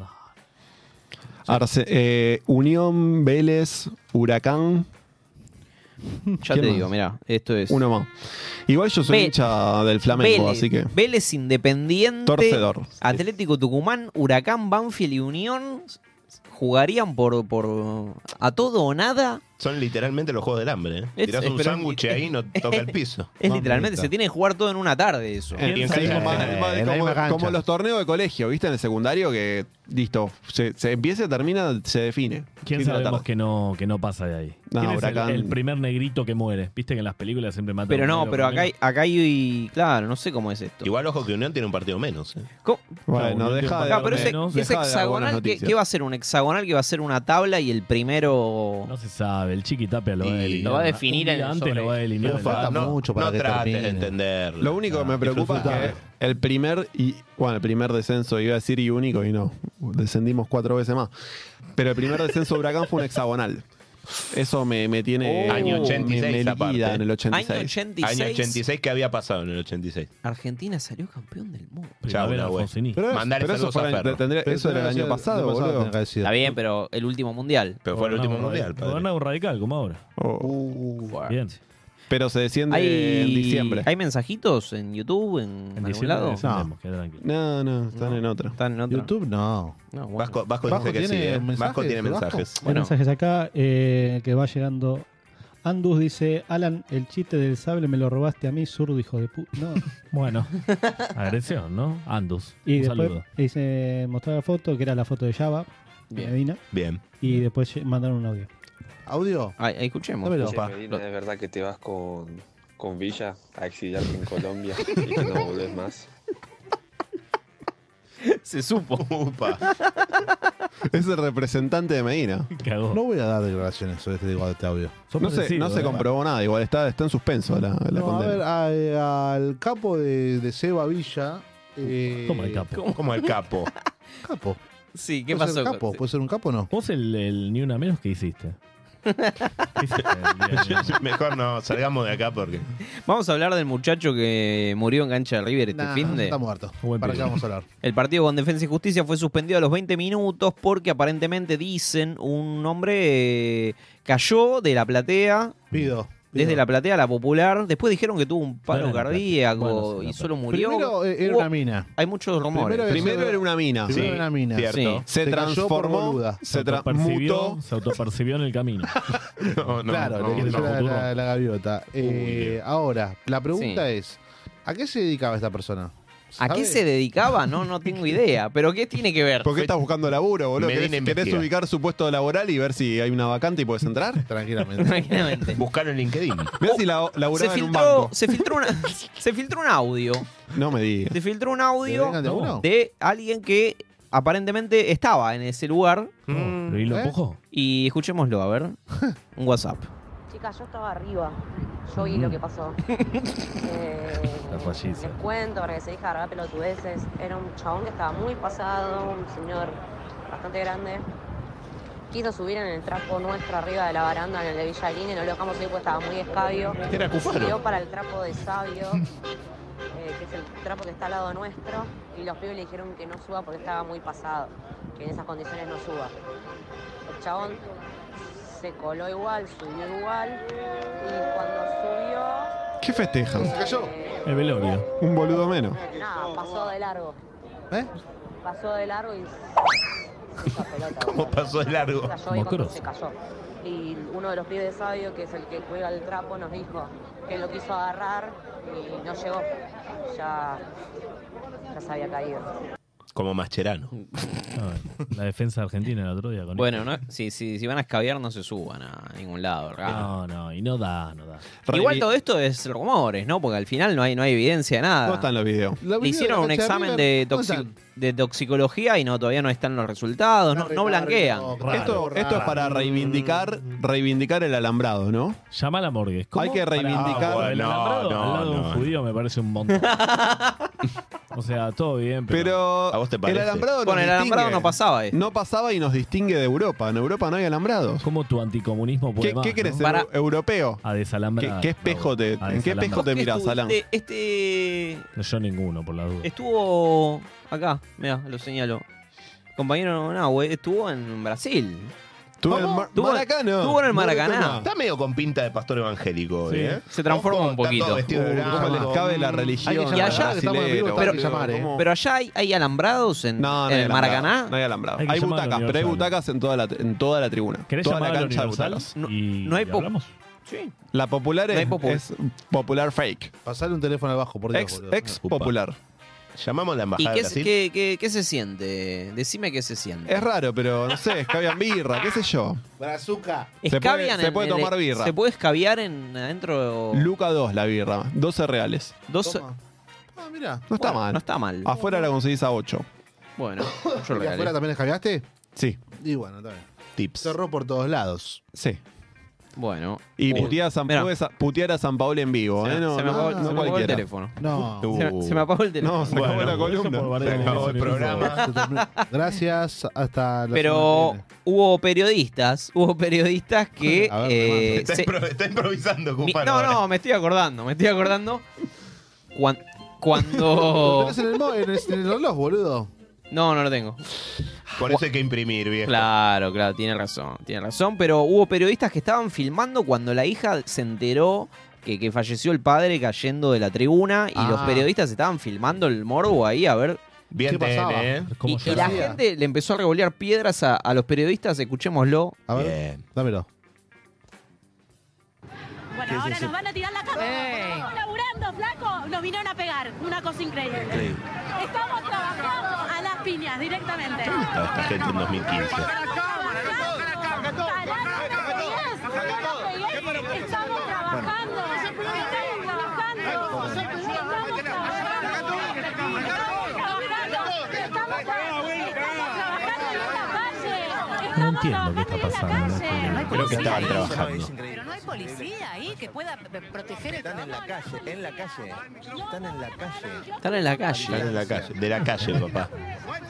Speaker 4: Arce- eh, Unión, Vélez, Huracán,
Speaker 2: pues, ya te
Speaker 4: ¿quién más?
Speaker 2: digo, mirá, esto es...
Speaker 4: uno más. Igual yo soy
Speaker 2: Ve-
Speaker 4: hincha del Flamengo,
Speaker 2: Vélez,
Speaker 4: así que...
Speaker 2: Vélez Independiente,
Speaker 4: Torcedor.
Speaker 2: Atlético Tucumán, Huracán, Banfield y Unión jugarían por, por a todo o nada.
Speaker 3: Son literalmente los juegos del hambre. ¿eh?
Speaker 2: Es-
Speaker 3: Tirás
Speaker 2: es-
Speaker 3: un
Speaker 2: pero-
Speaker 3: sándwich ahí y no toca el piso.
Speaker 2: Es literalmente, se tiene que jugar todo en una tarde eso.
Speaker 4: En-
Speaker 5: ¿Quién
Speaker 4: en-
Speaker 5: sabe?
Speaker 4: como-
Speaker 1: en la
Speaker 4: como-
Speaker 1: misma cancha.
Speaker 4: como los torneos de colegio, ¿viste? En el secundario que, listo, se, se empieza, termina, se define.
Speaker 5: ¿Quién
Speaker 4: Fin de la
Speaker 5: sabemos
Speaker 4: tarde.
Speaker 5: que no, que no pasa de ahí?
Speaker 4: No,
Speaker 5: ¿Quién es el-
Speaker 4: Huracán.
Speaker 5: el, primer negrito que muere? Viste que en las películas siempre matan
Speaker 2: Pero
Speaker 5: al
Speaker 2: no,
Speaker 5: primero,
Speaker 2: pero acá
Speaker 5: primero.
Speaker 2: hay, acá hay, claro, no sé cómo es esto.
Speaker 3: Igual ojo que Unión tiene un partido menos. ¿eh?
Speaker 2: ¿Cómo?
Speaker 4: Bueno,
Speaker 5: Claro,
Speaker 4: deja de...
Speaker 2: Acá, pero ese,
Speaker 5: menos,
Speaker 2: ese
Speaker 4: deja de dar
Speaker 2: hexagonal,
Speaker 4: buenas
Speaker 2: ¿qué,
Speaker 4: noticias.
Speaker 2: qué va a ser? ¿Un hexagonal que va a ser una tabla y el primero...?
Speaker 5: No se sabe, el chiqui Tapia lo va a
Speaker 3: Y-
Speaker 5: eliminar.
Speaker 2: Lo va a definir
Speaker 5: Un
Speaker 2: en
Speaker 5: día
Speaker 2: el
Speaker 5: antes
Speaker 2: sobre.
Speaker 5: lo va a eliminar.
Speaker 1: Pero falta
Speaker 3: no,
Speaker 1: mucho para
Speaker 3: no
Speaker 1: que
Speaker 3: trates
Speaker 1: termine.
Speaker 3: de entenderlo.
Speaker 4: Lo único que
Speaker 5: Ah,
Speaker 4: me preocupa es que el primer y bueno, el primer descenso iba a decir y único y no, descendimos cuatro veces más. Pero el primer descenso de Huracán fue un hexagonal. Eso me, me tiene
Speaker 2: Oh. Año
Speaker 3: 86
Speaker 4: me, me liquida
Speaker 3: aparte.
Speaker 4: en el 86.
Speaker 2: Año 86,
Speaker 3: Año 86, ¿qué había pasado en el 86?
Speaker 2: Argentina salió campeón del mundo.
Speaker 3: Chao,
Speaker 5: Primavera
Speaker 3: Nahue.
Speaker 5: Alfonsinista.
Speaker 1: Pero es-
Speaker 3: Mandale
Speaker 4: Pero eso,
Speaker 3: saludos a
Speaker 4: fue el-
Speaker 3: Ferro.
Speaker 4: tendría-
Speaker 1: Pero
Speaker 4: eso era el
Speaker 1: tenía
Speaker 4: año
Speaker 1: que decir-
Speaker 4: pasado,
Speaker 1: pasado
Speaker 4: boludo.
Speaker 1: tenía que decir.
Speaker 2: Está bien, pero el último mundial.
Speaker 3: Pero fue el último
Speaker 5: Gobernado
Speaker 3: mundial,
Speaker 5: radical-
Speaker 3: padre.
Speaker 5: Gobernado radical, como ahora.
Speaker 1: Uh,
Speaker 5: Bien.
Speaker 4: Pero se desciende
Speaker 2: ¿Hay,
Speaker 4: en diciembre.
Speaker 2: ¿Hay mensajitos en YouTube, en,
Speaker 5: En
Speaker 2: algún
Speaker 5: diciembre
Speaker 2: lado?
Speaker 5: defendemos, queda tranquilo.
Speaker 4: No, no, están en otra.
Speaker 2: Están en otra.
Speaker 1: YouTube no.
Speaker 2: No, bueno.
Speaker 3: Vasco, Vasco
Speaker 1: Vasco
Speaker 3: dice que sí.
Speaker 1: tiene
Speaker 3: ¿eh?
Speaker 1: mensajes,
Speaker 3: Vasco tiene
Speaker 1: Vasco.
Speaker 3: mensajes.
Speaker 2: Bueno.
Speaker 11: Hay mensajes acá eh, que va llegando. Andus dice, Alan, el chiste del sable me lo robaste a mí, zurdo hijo de puta. No.
Speaker 5: Bueno, agresión, ¿no? Andus. un
Speaker 11: Y después
Speaker 5: saludo.
Speaker 11: dice, mostrar la foto, que era la foto de Java, de
Speaker 2: Bien.
Speaker 11: Medina,
Speaker 3: Bien.
Speaker 11: y después lle- mandaron un audio.
Speaker 1: Audio.
Speaker 2: Ay, escuchemos.
Speaker 1: Dámelo,
Speaker 2: escuchemos.
Speaker 1: pa.
Speaker 2: Lo-
Speaker 12: ¿Es verdad que te vas con, con Villa a exiliarte en Colombia y que no volvés más?
Speaker 2: Se supo.
Speaker 4: Es el representante de Medina.
Speaker 5: Cagó.
Speaker 1: No voy a dar declaraciones sobre este, digo, de este audio.
Speaker 5: Sos
Speaker 4: No se,
Speaker 5: parecido,
Speaker 4: no se
Speaker 5: ¿eh?
Speaker 4: comprobó nada, igual está, está en suspenso la, la
Speaker 1: No, a
Speaker 4: condena.
Speaker 1: ver, a- al capo de, de Seba Villa. eh,
Speaker 5: Toma el capo.
Speaker 3: Como el capo.
Speaker 1: Capo.
Speaker 2: Sí, ¿qué
Speaker 1: ¿Puede
Speaker 2: pasó?
Speaker 1: ser capo? ¿Puede ser un capo o no?
Speaker 5: Vos el, el ni una menos que hiciste. ¿Qué hiciste el día de hoy?
Speaker 3: Mejor no, salgamos de acá porque.
Speaker 2: Vamos a hablar del muchacho que murió en cancha de River este
Speaker 1: Nah,
Speaker 2: fin de.
Speaker 1: Está muerto.
Speaker 5: Buen
Speaker 1: ¿Para qué
Speaker 5: pibe.
Speaker 1: vamos a hablar?
Speaker 2: El partido con Defensa y Justicia fue suspendido a los 20 minutos porque aparentemente dicen un hombre eh, cayó de la platea.
Speaker 1: Pido.
Speaker 2: Desde
Speaker 1: pido.
Speaker 2: la platea a la popular. Después dijeron que tuvo un paro
Speaker 5: Bueno, la platea.
Speaker 2: cardíaco
Speaker 5: Bueno, sí, la
Speaker 2: y
Speaker 5: platea.
Speaker 2: solo murió.
Speaker 1: Primero eh, era
Speaker 2: Hubo-
Speaker 1: una mina.
Speaker 2: Hay muchos rumores.
Speaker 1: Primero
Speaker 4: Primero era una mina.
Speaker 1: Primero
Speaker 4: Sí.
Speaker 1: era una mina.
Speaker 3: Cierto.
Speaker 2: Sí.
Speaker 1: Se
Speaker 4: Se
Speaker 1: cayó por
Speaker 4: transformó,
Speaker 1: boluda.
Speaker 4: se
Speaker 5: Autopercibió-
Speaker 4: transmutó.
Speaker 5: Se autopercibió en el camino.
Speaker 3: No, no,
Speaker 1: claro,
Speaker 3: no,
Speaker 1: le cayó
Speaker 5: no,
Speaker 1: la,
Speaker 5: no.
Speaker 1: la- la gaviota. Eh, ahora, la pregunta
Speaker 2: Sí.
Speaker 1: es: ¿a qué se dedicaba esta persona?
Speaker 2: ¿A qué
Speaker 1: ¿Sabe?
Speaker 2: se dedicaba? No, no tengo idea. ¿Pero qué tiene que ver?
Speaker 4: ¿Por qué estás buscando laburo, boludo?
Speaker 3: Medina
Speaker 4: ¿Querés, querés
Speaker 3: investiga.
Speaker 4: ubicar su puesto laboral y ver si hay una vacante y puedes entrar?
Speaker 1: Tranquilamente.
Speaker 2: Tranquilamente.
Speaker 3: Buscar en LinkedIn.
Speaker 4: Mirá si la,
Speaker 2: Se
Speaker 4: laburaba en un
Speaker 2: filtró,
Speaker 4: banco.
Speaker 2: se, filtró una- se filtró un audio.
Speaker 4: No me digas.
Speaker 2: Se filtró un
Speaker 1: ¿De
Speaker 2: audio
Speaker 1: vengan de uno?
Speaker 2: de alguien que aparentemente estaba en ese lugar.
Speaker 5: No, Oh, ¿Y lo
Speaker 1: ¿Eh?
Speaker 5: empujó?
Speaker 2: Y escuchémoslo, a ver. Un WhatsApp.
Speaker 12: Chicas, yo estaba arriba. Yo oí lo que pasó. Eh,
Speaker 5: La falliza.
Speaker 12: les cuento, porque se dije agarrar pelotudeces. Era un chabón que estaba muy pasado, un señor bastante grande. Quiso subir en el trapo nuestro arriba de la baranda en el de Villa Aguirre, no lo dejamos ir porque estaba muy escabio.
Speaker 3: Este Era
Speaker 12: Subió
Speaker 3: Cufaro.
Speaker 12: para el trapo de sabio, eh, que es el trapo que está al lado nuestro, y los pibes le dijeron que no suba porque estaba muy pasado, que en esas condiciones no suba. El chabón se coló igual, subió igual, y cuando subió,
Speaker 4: ¿Qué festejan?
Speaker 12: eh,
Speaker 5: El velorio.
Speaker 4: Un boludo menos.
Speaker 12: nada, pasó de largo,
Speaker 1: ¿Eh?
Speaker 12: pasó de largo y se hizo pelota.
Speaker 3: ¿Cómo pasó de largo?
Speaker 12: Se cayó y cuando
Speaker 5: Mocros.
Speaker 12: se cayó. Y uno de los pibes de sabio, que es el que cuelga el trapo, nos dijo que lo quiso agarrar y no llegó. Ya, ya se había caído.
Speaker 3: Como Mascherano.
Speaker 5: Ah, La defensa argentina el otro día con
Speaker 2: Bueno, no, si, si, si van a escabiar, no se suban a ningún lado.
Speaker 5: No, no, y no da, no da.
Speaker 2: Igual todo esto es rumores, ¿no? Porque al final no hay, no hay evidencia de nada.
Speaker 4: ¿Cómo están los videos?
Speaker 2: Le hicieron un examen de, toxi- de toxicología y no todavía no están los resultados, no, no blanquean.
Speaker 4: Esto, esto es para reivindicar, reivindicar el alambrado, ¿no?
Speaker 5: Llama a la morgue.
Speaker 4: Hay que reivindicar.
Speaker 5: el alambrado al lado de un judío me parece un montón. o sea, todo bien, pero.
Speaker 4: Pero
Speaker 5: ¿A vos te
Speaker 4: el
Speaker 5: parece?
Speaker 4: alambrado
Speaker 5: Con
Speaker 4: nos
Speaker 5: el alambrado
Speaker 4: distingue.
Speaker 5: no pasaba esto.
Speaker 4: No pasaba y nos distingue de Europa. En Europa no hay alambrados.
Speaker 5: ¿Cómo tu anticomunismo puede
Speaker 4: ¿Qué,
Speaker 5: más,
Speaker 4: ¿qué querés
Speaker 5: no?
Speaker 4: ser
Speaker 5: Para-
Speaker 4: europeo?
Speaker 5: A
Speaker 4: ¿Qué,
Speaker 5: desalambrar.
Speaker 4: qué espejo te,
Speaker 5: A
Speaker 4: ¿En qué espejo
Speaker 5: desalambrar.
Speaker 4: te mirás, Alan?
Speaker 2: Este, este
Speaker 5: No, yo ninguno, por la duda.
Speaker 2: estuvo acá, mira, lo señalo. Compañero Nahue estuvo en Brasil.
Speaker 4: Estuvo en el Mar-
Speaker 2: Estuvo en-
Speaker 4: Maracaná.
Speaker 2: Estuvo en el
Speaker 4: No lo
Speaker 2: Maracaná.
Speaker 4: toma.
Speaker 3: Está medio con pinta de pastor evangélico. hoy,
Speaker 2: Sí.
Speaker 3: ¿eh?
Speaker 2: Se transforma un
Speaker 3: está todo
Speaker 2: poquito.
Speaker 3: vestido de
Speaker 4: Uh,
Speaker 3: blanco.
Speaker 4: ¿Cómo les cabe la religión?
Speaker 2: Y allá, pero, pero allá hay, hay alambrados en,
Speaker 4: No, no
Speaker 2: en
Speaker 4: hay
Speaker 2: el
Speaker 4: alambrado,
Speaker 2: eh, Maracaná.
Speaker 4: No hay alambrado.
Speaker 5: Hay
Speaker 4: Hay,
Speaker 5: que llamar al
Speaker 4: butacas, pero hay
Speaker 5: Universal.
Speaker 4: butacas en toda la, en toda la tribuna.
Speaker 5: ¿Querés
Speaker 4: toda
Speaker 5: llamar
Speaker 4: la
Speaker 5: al
Speaker 4: cancha de
Speaker 5: Universal?
Speaker 4: butacas.
Speaker 5: Y,
Speaker 2: no hay
Speaker 5: y
Speaker 2: po-
Speaker 5: hablamos.
Speaker 2: Sí.
Speaker 4: La popular
Speaker 2: No hay
Speaker 4: es,
Speaker 2: popul-
Speaker 4: es popular fake.
Speaker 13: Pasale un teléfono al bajo, por Dios.
Speaker 4: Ex,
Speaker 13: boludo.
Speaker 4: ex popular.
Speaker 3: Llamamos a la
Speaker 2: ¿Y
Speaker 3: embajada
Speaker 2: qué,
Speaker 3: de Brasil.
Speaker 2: qué- qué- qué se siente? Decime qué se siente.
Speaker 4: Es raro, pero no sé, escabian birra, qué sé yo.
Speaker 13: Brazuca.
Speaker 4: Se puede-
Speaker 2: Escabian
Speaker 4: se
Speaker 2: en
Speaker 4: puede
Speaker 2: el- e-
Speaker 4: tomar birra.
Speaker 2: ¿Se puede escabiar en, adentro?
Speaker 4: Luca 2 la birra, 12 reales.
Speaker 2: Dos,
Speaker 13: Ah, mirá.
Speaker 4: No está mal.
Speaker 2: no está mal.
Speaker 4: Afuera la conseguís a 8.
Speaker 2: Bueno, yo
Speaker 13: ¿Y
Speaker 2: regalé.
Speaker 13: afuera también escabeaste?
Speaker 4: Sí,
Speaker 13: Y bueno, está bien.
Speaker 3: tips.
Speaker 13: Cerró por todos lados.
Speaker 4: sí.
Speaker 2: Bueno.
Speaker 4: Y
Speaker 2: Uh,
Speaker 4: putear a, San
Speaker 2: mirá.
Speaker 4: puedes a- putear a San Paolo en vivo,
Speaker 2: Se,
Speaker 4: ¿eh? No,
Speaker 2: se me
Speaker 4: no,
Speaker 2: apagó,
Speaker 4: no
Speaker 2: se me apagó el
Speaker 4: cualquiera.
Speaker 2: teléfono.
Speaker 13: No.
Speaker 4: Uh.
Speaker 2: Se, se me apagó el teléfono.
Speaker 4: No, se acabó la columna.
Speaker 5: Se
Speaker 3: acabó el programa.
Speaker 13: Gracias. Hasta la
Speaker 2: Pero hubo periodistas, hubo periodistas que...
Speaker 13: A ver,
Speaker 2: eh,
Speaker 3: está,
Speaker 2: se-
Speaker 3: impro- está improvisando,
Speaker 2: mi-
Speaker 3: Cufaro.
Speaker 2: no,
Speaker 3: ahora.
Speaker 2: no, me estoy acordando, me estoy acordando. Cuan-
Speaker 13: Lo
Speaker 2: Cuando...
Speaker 13: tenés en el, mo- en el, en el reloj, boludo.
Speaker 2: No, no lo tengo.
Speaker 3: Por eso hay que imprimir, viejo.
Speaker 2: Claro, claro, tiene razón, tiene razón. Pero hubo periodistas que estaban filmando cuando la hija se enteró que, que falleció el padre cayendo de la tribuna y
Speaker 13: Ah.
Speaker 2: los periodistas estaban filmando el morbo ahí a ver.
Speaker 3: Bien
Speaker 13: ¿Qué pasaba?
Speaker 3: TN, ¿eh?
Speaker 5: Como
Speaker 2: y,
Speaker 5: yo.
Speaker 2: y la
Speaker 13: hacía.
Speaker 2: gente le empezó a revolear piedras a, a los periodistas, escuchémoslo.
Speaker 13: A ver,
Speaker 3: Bien.
Speaker 13: dámelo.
Speaker 12: Bueno, ahora nos van a tirar la casa. Estamos laburando, flaco. Nos vinieron a pegar. Una cosa increíble. Estamos trabajando a las piñas directamente.
Speaker 3: Toda esta gente en 2015.
Speaker 12: Estamos trabajando. Estamos trabajando. Estamos trabajando. Estamos trabajando.
Speaker 5: No entiendo qué está pasando.
Speaker 3: Creo que estaban trabajando.
Speaker 12: Pero no hay policía ahí que pueda proteger el Están en la calle, en la calle. Están en la calle.
Speaker 2: Están en la calle.
Speaker 3: Están en la calle. De la calle, papá.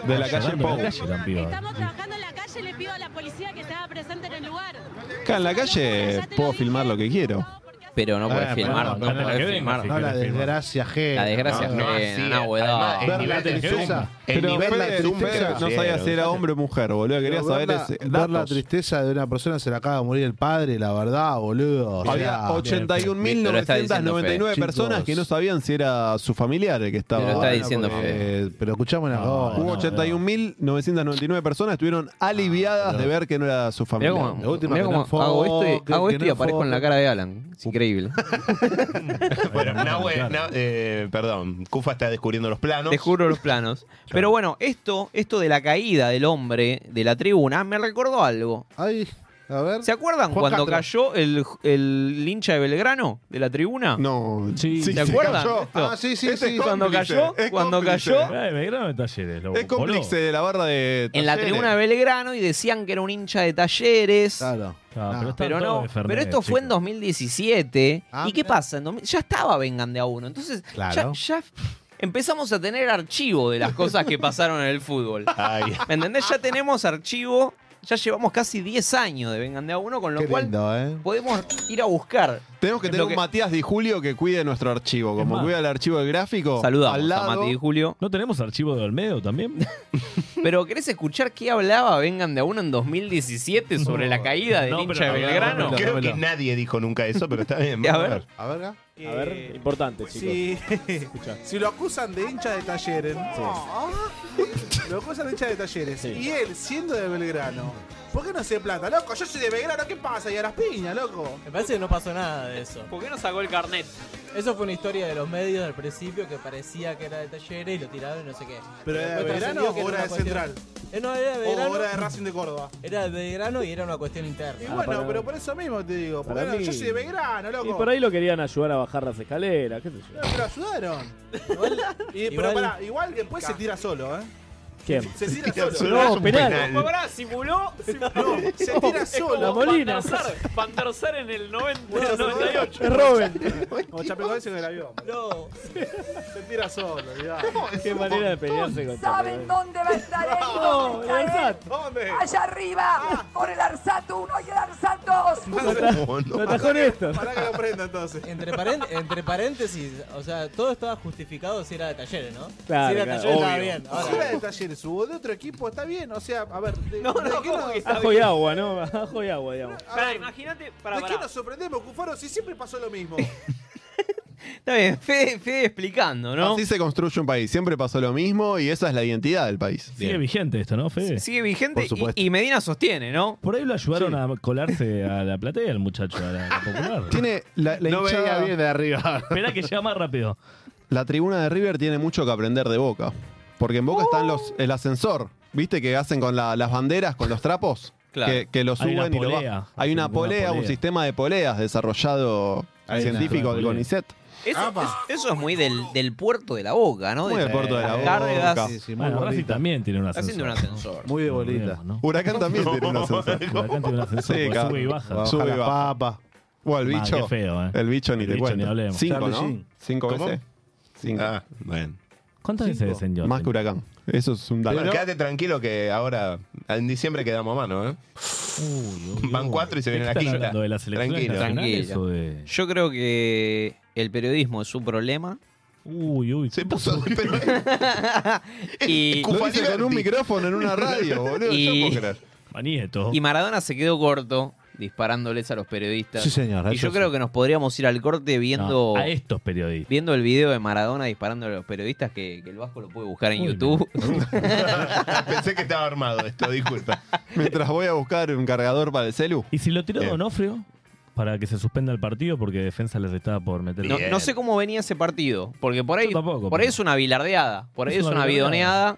Speaker 4: De la calle
Speaker 5: Llorando
Speaker 4: Pou.
Speaker 5: en la calle, eran pibas.
Speaker 12: Estamos trabajando en la calle, le pido a la policía que estaba presente en el lugar.
Speaker 4: Acá en la calle puedo filmar lo que quiero.
Speaker 2: Pero no puedes
Speaker 13: Ah,
Speaker 2: filmar,
Speaker 13: perdón,
Speaker 2: no,
Speaker 5: perdón,
Speaker 2: podés
Speaker 5: que venga,
Speaker 2: filmar.
Speaker 5: sí.
Speaker 13: No, la
Speaker 5: querés firmar?
Speaker 13: desgracia, G.
Speaker 2: La desgracia
Speaker 3: No, no,
Speaker 2: ajena,
Speaker 3: así,
Speaker 2: no,
Speaker 3: además,
Speaker 2: huevada.
Speaker 3: el
Speaker 13: Ver la
Speaker 3: nivel de
Speaker 13: tristeza.
Speaker 3: tristeza. El
Speaker 4: Pero
Speaker 3: nivel
Speaker 4: Fede,
Speaker 3: de tristeza.
Speaker 4: Fede no sabía si era hombre o mujer, boludo. Quería
Speaker 13: Pero
Speaker 4: saber
Speaker 13: ver la,
Speaker 4: ese.
Speaker 13: ver la
Speaker 4: datos.
Speaker 13: tristeza de una persona se le acaba de morir el padre, la verdad, boludo. O
Speaker 4: Había
Speaker 13: sea,
Speaker 2: Pero está diciendo Fede.
Speaker 4: 81.999 personas que no
Speaker 13: Chicos.
Speaker 4: sabían si era su familiar el que estaba.
Speaker 2: Pero está diciendo
Speaker 13: eh,
Speaker 2: Fede.
Speaker 13: pero escuchame una
Speaker 5: No,
Speaker 13: cosa.
Speaker 5: no,
Speaker 4: Hubo 81.999 personas estuvieron aliviadas de ver que no era su
Speaker 2: Mirá
Speaker 4: familia.
Speaker 2: cómo,
Speaker 13: La última
Speaker 2: mirá
Speaker 13: que no
Speaker 2: cómo
Speaker 13: fue,
Speaker 2: hago esto y,
Speaker 13: creo
Speaker 2: hago
Speaker 13: que
Speaker 2: esto y
Speaker 13: no
Speaker 2: aparezco
Speaker 13: fue.
Speaker 2: en la cara de Alan. Es increíble.
Speaker 3: Bueno, Nahue, Na- eh, perdón, Cufa está descubriendo los planos.
Speaker 2: Te juro los planos. Pero bueno, esto, esto de la caída del hombre de la tribuna me recordó algo.
Speaker 13: Ay, a ver.
Speaker 2: ¿Se acuerdan
Speaker 13: Juan
Speaker 2: cuando
Speaker 13: Castro.
Speaker 2: cayó el, el hincha de Belgrano de la tribuna?
Speaker 4: No,
Speaker 5: Sí.
Speaker 4: sí,
Speaker 2: ¿Te
Speaker 4: se
Speaker 2: acuerdan?
Speaker 4: cayó.
Speaker 2: Esto.
Speaker 13: Ah, sí, sí,
Speaker 4: Este
Speaker 13: sí.
Speaker 4: es
Speaker 2: Cuando
Speaker 4: cómplice,
Speaker 2: cayó,
Speaker 4: es
Speaker 2: cuando
Speaker 4: cómplice.
Speaker 2: cayó
Speaker 5: Ay, Belgrano de talleres, lo
Speaker 4: Es
Speaker 5: voló.
Speaker 4: cómplice de la barra de.
Speaker 2: en la
Speaker 4: Talleres.
Speaker 2: tribuna de Belgrano y decían que era un hincha de talleres.
Speaker 13: Claro.
Speaker 5: Ah, pero, está
Speaker 2: Pero
Speaker 5: todo
Speaker 2: no,
Speaker 5: de Fernet,
Speaker 2: pero esto fue en
Speaker 5: chicos.
Speaker 2: 2017.
Speaker 13: Ah,
Speaker 2: ¿Y qué
Speaker 13: mirá.
Speaker 2: pasa? En 2000 ya estaba Vengan de a uno. Entonces, ya-
Speaker 13: Claro.
Speaker 2: ya, empezamos a tener archivo de las cosas que pasaron en el fútbol.
Speaker 3: Ay,
Speaker 2: ¿Me entendés? Ya tenemos archivo, ya llevamos casi 10 años de Vengan de a uno, con lo
Speaker 13: Qué
Speaker 2: cual
Speaker 13: lindo, ¿eh?
Speaker 2: podemos ir a buscar.
Speaker 4: Tenemos que
Speaker 2: Lo
Speaker 4: tener
Speaker 2: que-
Speaker 4: un Matías Di Julio que cuide nuestro archivo. Como
Speaker 5: más.
Speaker 4: cuida el archivo del gráfico.
Speaker 2: Saludamos
Speaker 4: al lado,
Speaker 2: a Mati y Julio.
Speaker 5: ¿No tenemos archivo de Olmedo también?
Speaker 2: Pero ¿querés escuchar qué hablaba Vengan de a uno en 2017 sobre la caída del
Speaker 5: No, pero
Speaker 2: hincha de
Speaker 5: no, no,
Speaker 2: Belgrano?
Speaker 5: no, no,
Speaker 3: creo que nadie dijo nunca eso, pero está bien.
Speaker 2: A
Speaker 3: vamos
Speaker 2: ver.
Speaker 13: A ver, ¿ah? acá.
Speaker 14: A
Speaker 13: Eh,
Speaker 14: ver,
Speaker 13: Ah,
Speaker 14: importante, chicos. Si, lo acusan de hincha de talleres.
Speaker 13: Los al hincha de talleres. Y él, siendo de Belgrano, ¿por qué no se plata, loco? Yo soy de Belgrano, ¿qué pasa? Y a las piñas, loco.
Speaker 11: Me parece que no pasó nada de eso.
Speaker 15: ¿Por qué no sacó el carnet?
Speaker 11: Eso fue una historia de los medios al principio que parecía que era de talleres y lo tiraron y no sé qué.
Speaker 13: ¿Pero era de
Speaker 11: Después
Speaker 13: Belgrano
Speaker 11: trascendió que
Speaker 13: o era
Speaker 11: una
Speaker 13: de
Speaker 11: cuestión-
Speaker 13: Central?
Speaker 11: Eh, no, era de Belgrano.
Speaker 13: O era de Racing de Córdoba.
Speaker 11: Era de Belgrano y era una cuestión interna.
Speaker 13: Y bueno, pero por eso mismo te digo. porque
Speaker 5: Para
Speaker 13: no,
Speaker 5: mí-
Speaker 13: Yo soy de Belgrano, loco.
Speaker 5: Y por ahí lo querían ayudar a bajar las escaleras, qué sé yo.
Speaker 13: Pero ayudaron. Y-
Speaker 5: Igual-
Speaker 13: Pero pará, igual después se tira solo, ¿eh.
Speaker 5: ¿Quién?
Speaker 13: Se tira solo.
Speaker 5: No, penal.
Speaker 15: Pero pará, simuló. simuló.
Speaker 13: se tira
Speaker 15: Es como
Speaker 13: solo. La
Speaker 15: Van der
Speaker 13: Molina.
Speaker 15: Sar- Van der Sar en el 90,
Speaker 13: Bueno,
Speaker 15: 98.
Speaker 13: es Robin. Como Chapecoense en el avión.
Speaker 11: No.
Speaker 13: Se tira solo, mirá.
Speaker 5: Qué manera de pelearse con
Speaker 16: ¿Saben dónde va a estar él?
Speaker 13: No,
Speaker 16: ¿Dónde está
Speaker 13: el
Speaker 16: él?
Speaker 13: ¿Dónde?
Speaker 16: Allá arriba, con el Arsat 1 y el Arsat 2.
Speaker 5: esto.
Speaker 13: Pará que lo prenda entonces.
Speaker 11: Entre, paren- entre paréntesis, o sea, todo estaba justificado si era de talleres, ¿no?
Speaker 5: Claro,
Speaker 11: si era
Speaker 5: claro,
Speaker 11: de talleres estaba
Speaker 5: obvio.
Speaker 11: bien. Ahora,
Speaker 13: Si era de talleres hubo de otro equipo, está bien. O sea, a ver. De, Ah, no,
Speaker 15: no, ¿cómo que está
Speaker 5: Ajo y agua, ¿no? Ajo y agua, digamos.
Speaker 15: Pará, imagínate. Pará,
Speaker 13: Ah. ¿De
Speaker 15: pará.
Speaker 13: qué nos sorprendemos, Cufaro? Si siempre pasó lo mismo.
Speaker 2: Está bien, Fede, Fede explicando, ¿no?
Speaker 4: Así se construye un país. Siempre pasó lo mismo y esa es la identidad del país.
Speaker 5: Sigue vigente esto, ¿no, Fede?
Speaker 2: Sigue vigente
Speaker 5: Por supuesto.
Speaker 2: y, y Medina sostiene, ¿no?
Speaker 5: Por ahí lo ayudaron a colarse a la platea el muchacho, a la, popular.
Speaker 4: Tiene la, la
Speaker 5: No
Speaker 4: hinchada-
Speaker 5: veía bien de Espera que llega más rápido.
Speaker 4: La tribuna de River tiene mucho que aprender de Boca. Porque en
Speaker 2: Uh.
Speaker 4: Boca están los, el ascensor. ¿Viste que hacen con la- las banderas, con los trapos?
Speaker 3: Claro.
Speaker 4: Que, que lo
Speaker 3: Hay
Speaker 4: suben
Speaker 3: una
Speaker 4: y lo
Speaker 3: polea.
Speaker 4: bajan. Hay una
Speaker 3: Una
Speaker 4: polea, un
Speaker 3: polea.
Speaker 4: sistema de poleas desarrollado
Speaker 3: Hay una
Speaker 4: científico del
Speaker 3: polea.
Speaker 4: CONICET.
Speaker 2: Eso, es- eso es muy del, del puerto de la boca, ¿no?
Speaker 4: Muy del puerto de la boca.
Speaker 2: cargas.
Speaker 4: Sí, sí, muy
Speaker 5: Bueno, Racing
Speaker 4: bolita.
Speaker 5: también tiene un
Speaker 2: Racing
Speaker 5: ascensor.
Speaker 2: tiene un ascensor.
Speaker 17: Muy de bolita.
Speaker 4: Huracán también tiene un ascensor.
Speaker 5: Huracán tiene un ascensor,
Speaker 4: Sí,
Speaker 5: porque
Speaker 4: claro.
Speaker 5: sube y baja.
Speaker 4: Baja
Speaker 5: Sube y
Speaker 4: las
Speaker 5: baja.
Speaker 4: papas. Bueno, el
Speaker 5: Bah,
Speaker 4: bicho.
Speaker 5: qué feo, eh.
Speaker 4: El bicho ni
Speaker 5: El
Speaker 4: te
Speaker 5: bicho
Speaker 4: cuento.
Speaker 5: ni hablemos.
Speaker 4: Cinco,
Speaker 5: Charlie
Speaker 4: ¿no?
Speaker 5: Sheen.
Speaker 4: Cinco
Speaker 5: ¿Cómo?
Speaker 4: veces. Cinco.
Speaker 3: Ah, bueno.
Speaker 5: ¿Cuántas veces descendió?
Speaker 4: Más que huracán. Eso es un dato.
Speaker 3: Pero quédate tranquilo que ahora, en diciembre quedamos a mano, ¿eh? Van
Speaker 4: Uh,
Speaker 3: cuatro y se
Speaker 2: ¿De
Speaker 3: viene
Speaker 2: qué
Speaker 3: la
Speaker 2: están
Speaker 3: quinta.
Speaker 2: hablando? ¿De
Speaker 5: las elecciones
Speaker 3: Tranquilo.
Speaker 5: nacionales o
Speaker 2: Yo creo que el periodismo es un problema.
Speaker 5: Uy, uy.
Speaker 2: Se puso de
Speaker 3: Eh,
Speaker 2: y
Speaker 4: Lo hice con un micrófono en una radio, boludo. Yo puedo creer.
Speaker 5: Manieto.
Speaker 2: Y Maradona se quedó corto disparándoles a los periodistas.
Speaker 5: Sí, señor,
Speaker 2: Y
Speaker 5: eso
Speaker 2: yo creo que nos podríamos ir al corte viendo,
Speaker 5: No, a estos periodistas.
Speaker 2: viendo el video de Maradona disparándole a los periodistas que, que el Vasco lo puede buscar en
Speaker 3: Uy,
Speaker 2: YouTube.
Speaker 3: Pensé que estaba armado esto, disculpa.
Speaker 4: Mientras voy a buscar un cargador para el celu. Eh.
Speaker 5: ¿Y si lo tiró
Speaker 4: Bien.
Speaker 5: Donofrio? Para que se suspenda el partido porque Defensa les estaba por meter.
Speaker 2: No, no sé cómo venía ese partido, porque por ahí, por ahí es una bilardeada, por ahí
Speaker 5: Es
Speaker 2: es
Speaker 5: una
Speaker 2: una
Speaker 5: bilardeada.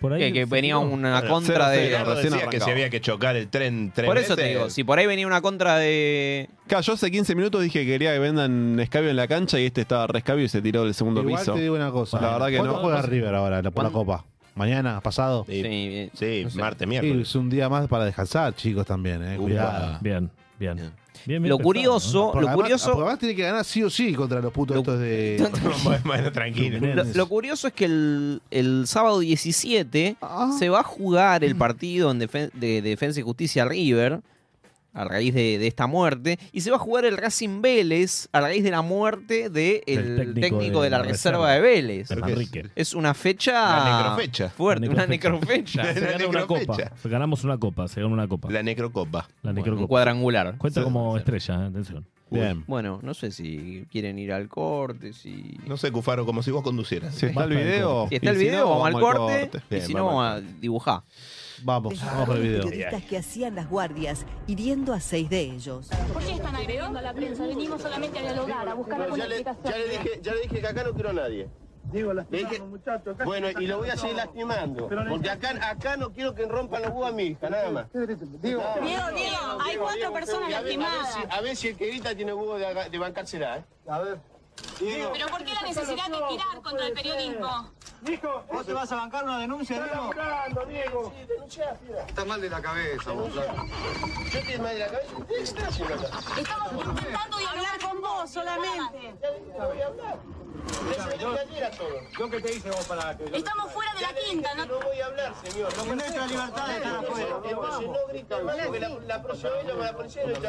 Speaker 2: bidoneada. que, que venía una contra de.
Speaker 3: Decía que se había que chocar el tren tres
Speaker 2: Por eso te
Speaker 3: veces.
Speaker 2: digo, si por ahí venía una contra de.
Speaker 4: Claro, yo hace 15 minutos dije que quería que vendan escabio en la cancha y este estaba re escabio y se tiró del segundo
Speaker 17: Igual
Speaker 4: piso.
Speaker 17: te digo una cosa.
Speaker 4: La verdad que
Speaker 17: ¿Cuándo
Speaker 4: no.
Speaker 17: juega River ahora la- por la Copa? ¿Mañana? ¿Pasado?
Speaker 3: Sí,
Speaker 2: sí,
Speaker 3: martes,
Speaker 17: Sí,
Speaker 3: miércoles.
Speaker 17: es un día más para descansar, chicos, también. Eh,
Speaker 4: ah.
Speaker 17: cuidado.
Speaker 5: Bien, bien. Bien,
Speaker 2: Lo curioso,
Speaker 17: Porque
Speaker 2: lo
Speaker 17: además-
Speaker 2: curioso.
Speaker 17: porque además tiene que ganar sí o sí contra los putos estos de.
Speaker 3: bueno, tranquilo.
Speaker 2: Lo, lo curioso es que el, el sábado 17 se va a jugar el partido en defen- de, de Defensa y Justicia River a raíz de, de esta muerte y se va a jugar el Racing Vélez a raíz de la muerte del
Speaker 5: Del técnico
Speaker 2: técnico,
Speaker 5: de
Speaker 2: de, la,
Speaker 5: la
Speaker 2: reserva,
Speaker 5: reserva.
Speaker 2: de Vélez.
Speaker 5: De Manrique.
Speaker 2: Es una fecha
Speaker 3: Una necrofecha.
Speaker 2: Ah, fuerte, una
Speaker 3: necrofecha.
Speaker 2: necrofecha.
Speaker 5: Se
Speaker 3: La
Speaker 5: gana una
Speaker 3: necropecha.
Speaker 5: copa. Se ganamos una copa, se ganó una copa.
Speaker 3: La necrocopa.
Speaker 5: La necrocopa.
Speaker 2: un cuadrangular.
Speaker 5: Cuenta como estrella, eh, atención.
Speaker 2: Bueno, no sé si quieren ir al corte, si...
Speaker 3: No sé, Cufaro, como si vos conducieras.
Speaker 4: Si está el video.
Speaker 2: Si está el
Speaker 4: y si
Speaker 2: video,
Speaker 4: no,
Speaker 2: vamos, al corte. Y
Speaker 4: Bien,
Speaker 2: si no,
Speaker 4: vamos al
Speaker 2: vamos a dibujar.
Speaker 17: Vamos, vamos
Speaker 18: Los periodistas que hacían las guardias, hiriendo a seis de ellos.
Speaker 12: ¿Por qué están agrediendo a la prensa? Venimos solamente a dialogar, a buscar
Speaker 19: Pero
Speaker 12: alguna
Speaker 19: ya, le,
Speaker 12: explicación.
Speaker 19: ya le dije, ya le dije que acá no quiero a nadie. Le dije- bueno, y lo voy a seguir lastimando. Porque acá, acá no quiero que rompan los huevos a mi hija, nada más. Nada más.
Speaker 12: Diego, Diego, hay cuatro personas
Speaker 19: y a ver- a ver
Speaker 12: lastimadas.
Speaker 19: si- A ver si el que grita tiene huevo de, aga- de bancársela, ¿eh? A ver.
Speaker 12: Pero ¿por qué la necesidad de tirar contra el periodismo?
Speaker 19: Diego, ¿vos te vas a bancar una denuncia, Diego? Diego. Sí, denunciá, mira. Estás mal de la cabeza, vos. Yo estoy mal de la cabeza. ¿Qué estás haciendo acá?
Speaker 12: Estamos intentando dialogar con vos solamente.
Speaker 19: Yo- Yo que te hice vos para que...
Speaker 12: Estamos fuera de la quinta, ¿no?
Speaker 19: No voy a hablar, señor. No nuestra libertad de estar afuera. No grita más, porque la, la próxima vez llama a la policía y no te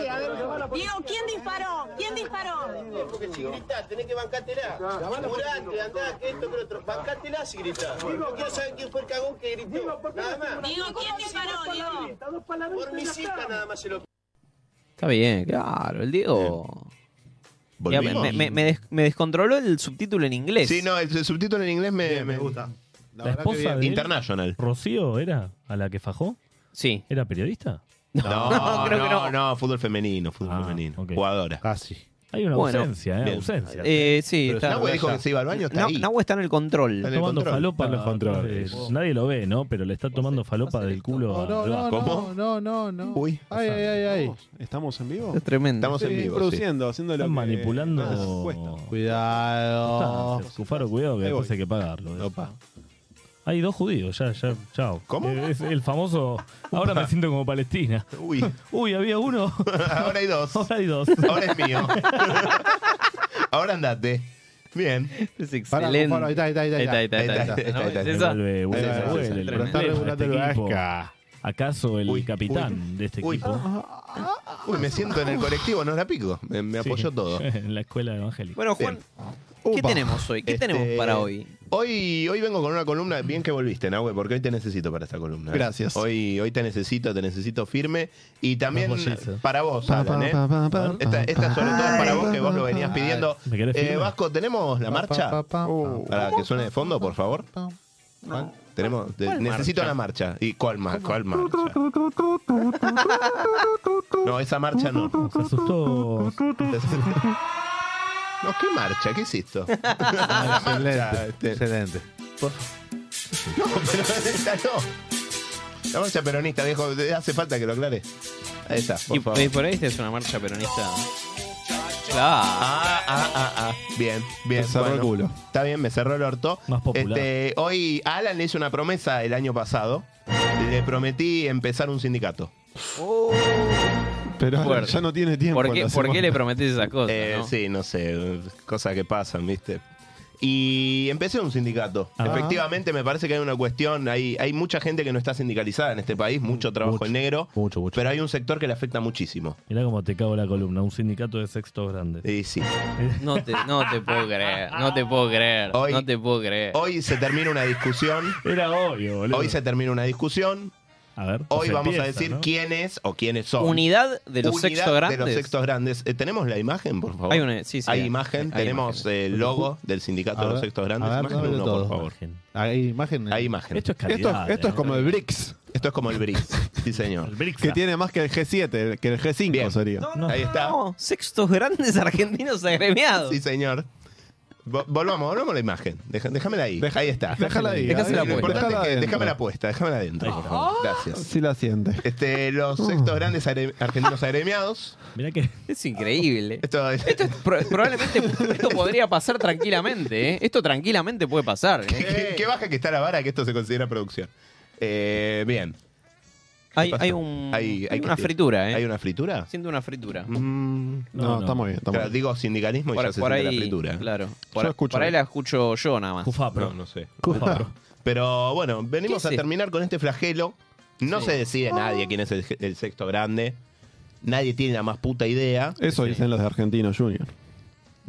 Speaker 12: Diego, ¿quién disparó? ¿Quién disparó?
Speaker 19: Porque si gritás, tenés que bancártela. Curate, andá, que esto, que lo otro. Bancátela si gritás. No quiero saber quién fue el cagón que gritó. Nada más.
Speaker 12: Diego, ¿quién disparó, Diego?
Speaker 19: Por mi cita nada más se lo
Speaker 2: Está bien, claro, el Diego. Ya, me,
Speaker 3: ¿Volvimos?
Speaker 2: me- me des- me descontroló el subtítulo en inglés.
Speaker 3: Sí, no, el, el subtítulo en inglés me, me-
Speaker 5: La,
Speaker 3: verdad que
Speaker 5: esposa
Speaker 3: bien.
Speaker 5: de él,
Speaker 3: International.
Speaker 5: ¿Rocío era a la que fajó?
Speaker 2: Sí.
Speaker 5: ¿Era periodista?
Speaker 3: No, no, no, fútbol femenino, fútbol femenino. Jugadora.
Speaker 13: Casi.
Speaker 5: Hay una
Speaker 2: Bueno,
Speaker 5: ausencia, ¿eh?
Speaker 2: bien.
Speaker 5: Ausencia.
Speaker 2: Eh, sí,
Speaker 3: Pero si Nahue dijo que se iba al baño, está
Speaker 2: Na-
Speaker 3: ahí.
Speaker 2: Nahue está en el control.
Speaker 5: Está tomando falopa.
Speaker 2: Está en el control.
Speaker 5: eh, nadie lo ve, ¿no? Pero le está tomando falopa del culo a
Speaker 13: No, no, no, no, no, no.
Speaker 3: Uy.
Speaker 13: Ay, ay, ay, ay.
Speaker 4: ¿Estamos en vivo?
Speaker 2: Es tremendo.
Speaker 4: Estamos en vivo. Produciendo, haciendo lo
Speaker 5: Están
Speaker 4: que- Oh.
Speaker 5: manipulando.
Speaker 13: Cuidado.
Speaker 5: Estás, Cufaro, cuidado que
Speaker 4: Ahí
Speaker 5: después
Speaker 4: voy.
Speaker 5: hay que pagarlo. ¿eh? Hay dos judíos, ya, ya, chao. ¿Cómo? Es el famoso. Ahora me siento como Palestina.
Speaker 3: Uy.
Speaker 5: Uy, había uno.
Speaker 3: Ahora hay dos.
Speaker 5: Ahora hay dos.
Speaker 3: Ahora es mío. Ahora andate. Bien.
Speaker 2: Es
Speaker 13: Pará,
Speaker 2: excelente.
Speaker 13: Cufaro, ahí está, ahí está, ahí está. Ahí está, ahí está, ahí está.
Speaker 5: Vuelve, vuelve,
Speaker 13: Ahí va,
Speaker 5: vuelve
Speaker 13: ahí va,
Speaker 5: el
Speaker 13: pero está
Speaker 5: emblema
Speaker 13: regulando
Speaker 5: de
Speaker 13: el
Speaker 5: este equipo.
Speaker 13: Vasca.
Speaker 5: ¿Acaso el capitán de este
Speaker 3: Uy.
Speaker 5: equipo?
Speaker 3: Uy, me siento en el colectivo, no la pico. Me, me
Speaker 5: Sí.
Speaker 3: apoyó todo.
Speaker 5: en la escuela evangélica.
Speaker 2: Bueno, Juan, ¿qué tenemos hoy? ¿Qué
Speaker 3: Este,
Speaker 2: tenemos para hoy?
Speaker 3: Hoy, hoy vengo con una columna, bien que volviste, Nahue, porque hoy te necesito para esta columna. ¿eh?
Speaker 4: Gracias.
Speaker 3: Hoy, hoy te necesito, te necesito firme. Y también
Speaker 4: Vamos, Jason.
Speaker 3: para vos,
Speaker 4: Pa,
Speaker 3: Alan,
Speaker 4: pa,
Speaker 3: ¿eh?
Speaker 4: pa, pa, pa,
Speaker 3: Esta, esta sobre todo es para vos que vos lo venías
Speaker 4: pa.
Speaker 3: pidiendo.
Speaker 5: ¿Me querés
Speaker 3: Eh,
Speaker 5: firme?
Speaker 3: Vasco, ¿tenemos la
Speaker 13: Pa,
Speaker 3: marcha? Uh,
Speaker 13: pa, pa, pa, pa.
Speaker 3: Para que suene de fondo, por favor. Juan, Tenemos, te-
Speaker 13: ¿Cuál
Speaker 3: necesito
Speaker 13: marcha?
Speaker 3: la marcha. ¿Y cuál, más? cuál marcha? No, esa marcha no.
Speaker 5: Se asustó.
Speaker 3: No, ¿qué marcha? ¿Qué es esto?
Speaker 4: Ah,
Speaker 3: este.
Speaker 13: Excelente. Excelente.
Speaker 3: No, pero esa no. La marcha peronista, viejo, te- hace falta que lo aclares. Ahí está, por
Speaker 2: y, eh,
Speaker 3: favor.
Speaker 2: y por ahí esta es una marcha peronista. Claro.
Speaker 3: Ah, ah, ah, ah. Bien, bien.
Speaker 4: Me cerró el culo.
Speaker 3: Está bien, me cerró el orto.
Speaker 5: Más popular.
Speaker 3: Este, hoy Alan le hizo una promesa el año pasado. Le prometí empezar un sindicato.
Speaker 4: Pero ahora
Speaker 2: Fuerte.
Speaker 4: ya no tiene tiempo.
Speaker 2: ¿Por Oh. qué,
Speaker 4: la
Speaker 2: por qué
Speaker 4: semana.
Speaker 2: le prometés esas cosas?
Speaker 3: Eh,
Speaker 2: no?
Speaker 3: Sí, no sé, cosas que pasan, ¿viste? Y empecé un sindicato.
Speaker 5: Ah.
Speaker 3: Efectivamente, me parece que hay una cuestión. Hay, hay mucha gente que no está sindicalizada en este país, mucho trabajo en negro.
Speaker 13: Mucho, mucho.
Speaker 3: Pero hay un sector que le afecta muchísimo.
Speaker 5: Mirá cómo te cago la columna. Un sindicato de sextos grandes.
Speaker 3: Y sí.
Speaker 2: No te, no te puedo creer, no te puedo creer,
Speaker 3: Hoy-
Speaker 2: no te puedo creer.
Speaker 3: Hoy se termina una discusión.
Speaker 5: Era obvio, boludo.
Speaker 3: Hoy se termina una discusión.
Speaker 5: A ver.
Speaker 3: Hoy
Speaker 5: se
Speaker 3: vamos a
Speaker 5: empieza,
Speaker 3: decir
Speaker 5: ¿no?
Speaker 3: quién es o quiénes son.
Speaker 2: Unidad de los
Speaker 3: Unidad
Speaker 2: sextos grandes.
Speaker 3: De los sextos grandes. Eh, ¿Tenemos la imagen, por favor?
Speaker 2: Hay una- sí, sí,
Speaker 3: Hay
Speaker 2: hay-
Speaker 3: imagen.
Speaker 2: hay
Speaker 3: tenemos el logo del sindicato
Speaker 13: A
Speaker 3: de los
Speaker 13: ver,
Speaker 3: sextos
Speaker 13: a
Speaker 3: grandes.
Speaker 13: ver,
Speaker 3: imagen
Speaker 13: dámelo
Speaker 3: uno,
Speaker 13: todo.
Speaker 3: por favor.
Speaker 5: Imagen.
Speaker 13: Hay imágenes.
Speaker 3: Hay imagen.
Speaker 5: Esto es
Speaker 4: Esto,
Speaker 5: calidad.
Speaker 4: esto es
Speaker 5: ¿eh?
Speaker 4: como el BRICS,
Speaker 3: Esto es como el BRICS. sí, señor.
Speaker 5: El Brixa.
Speaker 4: que tiene más que el G7, que el G5
Speaker 3: Bien.
Speaker 4: sería.
Speaker 5: No.
Speaker 3: Ahí está.
Speaker 2: No, sextos grandes argentinos agremiados.
Speaker 3: Sí, señor. Vo- Volvamos, volvamos a la imagen. Deja- Déjamela ahí. ahí está.
Speaker 4: Déjala ahí.
Speaker 2: Dejásela
Speaker 3: Lo
Speaker 2: puesta.
Speaker 3: importante es que-
Speaker 4: adentro.
Speaker 3: Déjamela puesta, déjamela adentro. por favor. Gracias.
Speaker 4: Si la siente.
Speaker 3: Este, los sextos grandes agre- argentinos agremiados.
Speaker 5: Mirá que.
Speaker 2: Es increíble.
Speaker 3: Esto es-
Speaker 2: Esto es pro- probablemente esto podría pasar tranquilamente, ¿eh? Esto tranquilamente puede pasar. ¿eh?
Speaker 3: ¿Qué, qué baja que está la vara que esto se considera producción. Eh, bien.
Speaker 2: Hay,
Speaker 3: pasa?
Speaker 2: hay un-
Speaker 3: Hay- hay
Speaker 2: una
Speaker 3: que-
Speaker 2: fritura, ¿eh?
Speaker 3: ¿Hay una fritura?
Speaker 2: Siento una fritura.
Speaker 3: Mm,
Speaker 4: No,
Speaker 5: No, no.
Speaker 4: está muy bien. Está muy
Speaker 3: claro,
Speaker 4: bien.
Speaker 3: digo sindicalismo y ya se siente la fritura.
Speaker 2: Claro.
Speaker 4: Yo
Speaker 2: Por,
Speaker 4: escucho
Speaker 2: por ahí
Speaker 4: ahí.
Speaker 2: la escucho yo nada más.
Speaker 5: Cufapro.
Speaker 3: No, no sé.
Speaker 5: Cufapro.
Speaker 3: Pero bueno, venimos
Speaker 2: ¿Qué Ah.
Speaker 3: a
Speaker 2: es
Speaker 3: terminar con este flagelo. No se decide nadie quién es el, el sexto grande. Nadie tiene la más puta idea.
Speaker 4: Eso dicen los de Argentino Junior.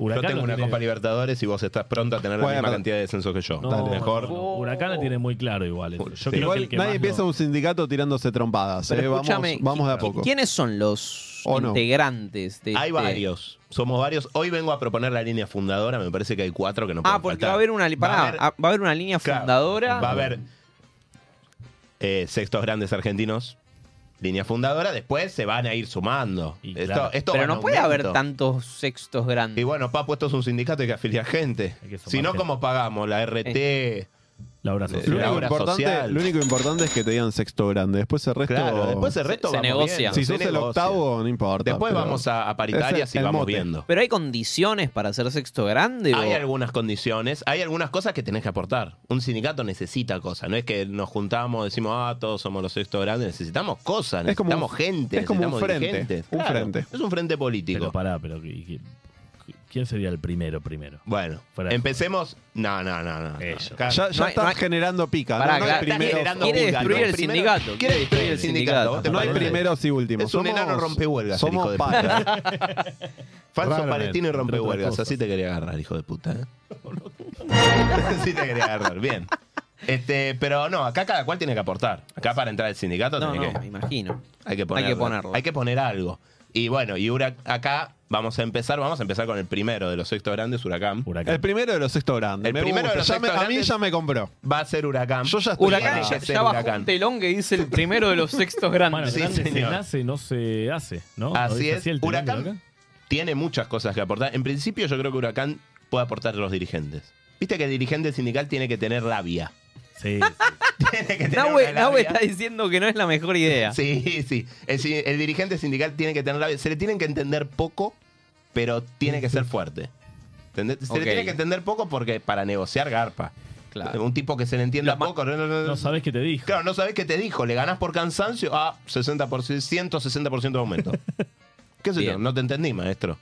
Speaker 3: Yo
Speaker 5: Huracán
Speaker 3: tengo
Speaker 5: lo
Speaker 3: una
Speaker 5: tiene-
Speaker 3: Copa Libertadores y vos estás pronto a tener la
Speaker 4: Bueno,
Speaker 3: misma
Speaker 4: pero-
Speaker 3: cantidad de descensos que yo.
Speaker 5: No,
Speaker 3: Dale.
Speaker 5: no,
Speaker 3: Mejor.
Speaker 5: no. Huracán lo tiene muy claro igual. eso. Yo
Speaker 3: Sí.
Speaker 5: creo que
Speaker 4: Igual
Speaker 5: el que
Speaker 4: nadie
Speaker 5: más
Speaker 4: empieza
Speaker 5: lo-
Speaker 4: un sindicato tirándose trompadas.
Speaker 2: Pero
Speaker 4: eh, vamos,
Speaker 2: escúchame,
Speaker 4: vamos de a poco.
Speaker 2: ¿Quiénes son los
Speaker 4: ¿O no?
Speaker 2: integrantes de
Speaker 3: Hay
Speaker 2: este-
Speaker 3: varios. Somos varios. Hoy vengo a proponer la línea fundadora. Me parece que hay cuatro que no pueden
Speaker 2: Ah, porque
Speaker 3: faltar.
Speaker 2: va a haber una, pará,
Speaker 3: Va a haber-
Speaker 2: ah, va a haber una línea
Speaker 3: Claro.
Speaker 2: fundadora.
Speaker 3: Va a haber eh, sextos grandes argentinos, línea fundadora, después se van a ir sumando.
Speaker 5: Y
Speaker 3: esto,
Speaker 5: claro.
Speaker 3: esto va
Speaker 2: Pero
Speaker 3: en
Speaker 2: no puede
Speaker 3: aumento.
Speaker 2: haber tantos sextos
Speaker 3: Y
Speaker 2: grandes.
Speaker 3: bueno, Papo, esto es un sindicato, hay que afiliar gente.
Speaker 5: Hay que sumar
Speaker 3: Si no,
Speaker 5: gente.
Speaker 3: ¿cómo pagamos? La RT.
Speaker 5: La obra
Speaker 4: Lo
Speaker 5: social.
Speaker 3: La
Speaker 4: único,
Speaker 3: obra
Speaker 4: importante,
Speaker 3: social.
Speaker 4: lo único importante es que te digan sexto grande. Después el resto.
Speaker 3: Claro, después el
Speaker 2: Se-
Speaker 3: resto
Speaker 2: se
Speaker 3: vamos
Speaker 2: negocia.
Speaker 3: viendo,
Speaker 4: si
Speaker 3: se
Speaker 4: sos el
Speaker 3: negocia.
Speaker 4: octavo, no importa.
Speaker 3: Después
Speaker 4: pero-
Speaker 3: vamos a, a
Speaker 4: es
Speaker 3: paritarias
Speaker 4: el-
Speaker 3: y
Speaker 4: el
Speaker 3: vamos
Speaker 4: mote.
Speaker 3: viendo.
Speaker 2: Pero hay condiciones para ser sexto grande. o-
Speaker 3: Hay algunas condiciones, hay algunas cosas que tenés que aportar. Un sindicato necesita cosas. No es que nos juntamos, decimos, ah, todos somos los sexto grandes. Necesitamos cosas,
Speaker 4: Es como un-
Speaker 3: necesitamos gente.
Speaker 4: es como un
Speaker 3: necesitamos
Speaker 4: frente,
Speaker 3: dirigentes.
Speaker 4: un frente.
Speaker 3: Es un frente político.
Speaker 5: Pero pará, pero ¿qui- qui- ¿quién sería el primero primero?
Speaker 3: Bueno,
Speaker 5: Fuera de
Speaker 3: empecemos. No, no, no, no.
Speaker 5: Ellos.
Speaker 3: Claro.
Speaker 4: Ya, ya
Speaker 2: No hay-
Speaker 4: estás
Speaker 2: no hay-
Speaker 4: generando pica.
Speaker 2: Pará,
Speaker 4: no, no
Speaker 2: claro,
Speaker 4: hay
Speaker 2: está
Speaker 4: primeros-
Speaker 2: generando Quiere
Speaker 3: un gato.
Speaker 2: destruir el
Speaker 3: Primero-
Speaker 2: sindicato,
Speaker 3: Quiere destruir el sindicato. ¿Vos te
Speaker 4: No hay
Speaker 3: parece?
Speaker 4: primeros y últimos.
Speaker 3: Es un
Speaker 4: Somos-
Speaker 3: enano rompehuelgas, el
Speaker 4: Somos
Speaker 3: hijo de
Speaker 4: patas.
Speaker 3: puta. ¿eh? Falso
Speaker 13: Raro,
Speaker 3: palestino y
Speaker 5: entre otras
Speaker 3: rompehuelgas.
Speaker 5: cosas.
Speaker 3: Así te quería agarrar, hijo de puta. ¿eh? Así te quería agarrar. Bien. Este, pero no, acá cada cual tiene que aportar. Acá para entrar al sindicato
Speaker 2: No,
Speaker 3: tenés
Speaker 2: no,
Speaker 3: que-
Speaker 2: me imagino.
Speaker 3: hay que
Speaker 2: Hay que
Speaker 3: ponerlo.
Speaker 2: ponerlo.
Speaker 3: Hay que poner algo. Y bueno, y Hurac- acá vamos a empezar, vamos a empezar con el primero de los sexto grandes, Huracán.
Speaker 4: El primero de los sexto grandes.
Speaker 3: El
Speaker 4: me
Speaker 3: primero de
Speaker 4: gusta.
Speaker 3: los
Speaker 4: Ya
Speaker 3: sexto
Speaker 4: me- A mí
Speaker 3: grandes-
Speaker 4: ya me compró.
Speaker 3: Va a ser Huracán.
Speaker 4: Yo ya estoy
Speaker 2: Huracán
Speaker 4: ganado.
Speaker 2: ya, ya bajó un telón que dice el primero de los sextos
Speaker 5: Bueno,
Speaker 2: grandes.
Speaker 5: grande se nace, no se hace, ¿no?
Speaker 3: Así es.
Speaker 5: el telón de
Speaker 3: Huracán
Speaker 5: Huracán?
Speaker 3: tiene muchas cosas que aportar. En principio, yo creo que Huracán puede aportar a los dirigentes. Viste que el dirigente sindical tiene que tener rabia.
Speaker 5: Sí.
Speaker 2: Nahue, Nahue está diciendo que no es la mejor idea.
Speaker 3: Sí, sí. El, si- el dirigente sindical tiene que tener rabia. Se le tienen que entender poco, pero tiene que ser fuerte. ¿Entendés? Se
Speaker 2: Ok.
Speaker 3: le tiene que entender poco porque para negociar garpa.
Speaker 2: Claro.
Speaker 3: Un tipo que se le entienda poco. No,
Speaker 5: sabes qué te dijo.
Speaker 3: Claro, no sabes qué te dijo. Le ganás por cansancio ah, a 60%, 160% de aumento. ¿Qué sé yo? No te entendí, maestro.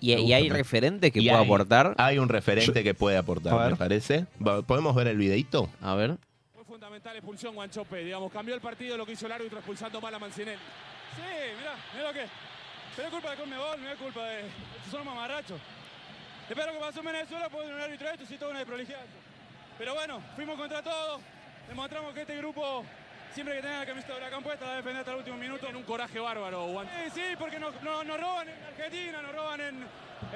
Speaker 2: Y, y hay referentes que
Speaker 3: Y
Speaker 2: pueda
Speaker 3: hay-
Speaker 2: aportar.
Speaker 3: Hay un referente que puede aportar, me parece. Va- ¿Podemos ver el videito?
Speaker 2: A ver.
Speaker 20: fundamental expulsión Guanchope, digamos, cambió el partido lo que hizo el árbitro expulsando mal a Mancinelli. Sí, mirá, mirá lo que. Pero es culpa de Conmebol, no es culpa de. Estos son mamarrachos. Espero que pasó en Venezuela por un árbitro esto, sí, todo una desprolijidad. Pero bueno, fuimos contra todo. Demostramos que este grupo, siempre que tenga la camiseta de Huracán puesta, la defender hasta el último minuto. En un coraje bárbaro, Sí, sí, porque nos, no- nos roban en Argentina, nos roban en,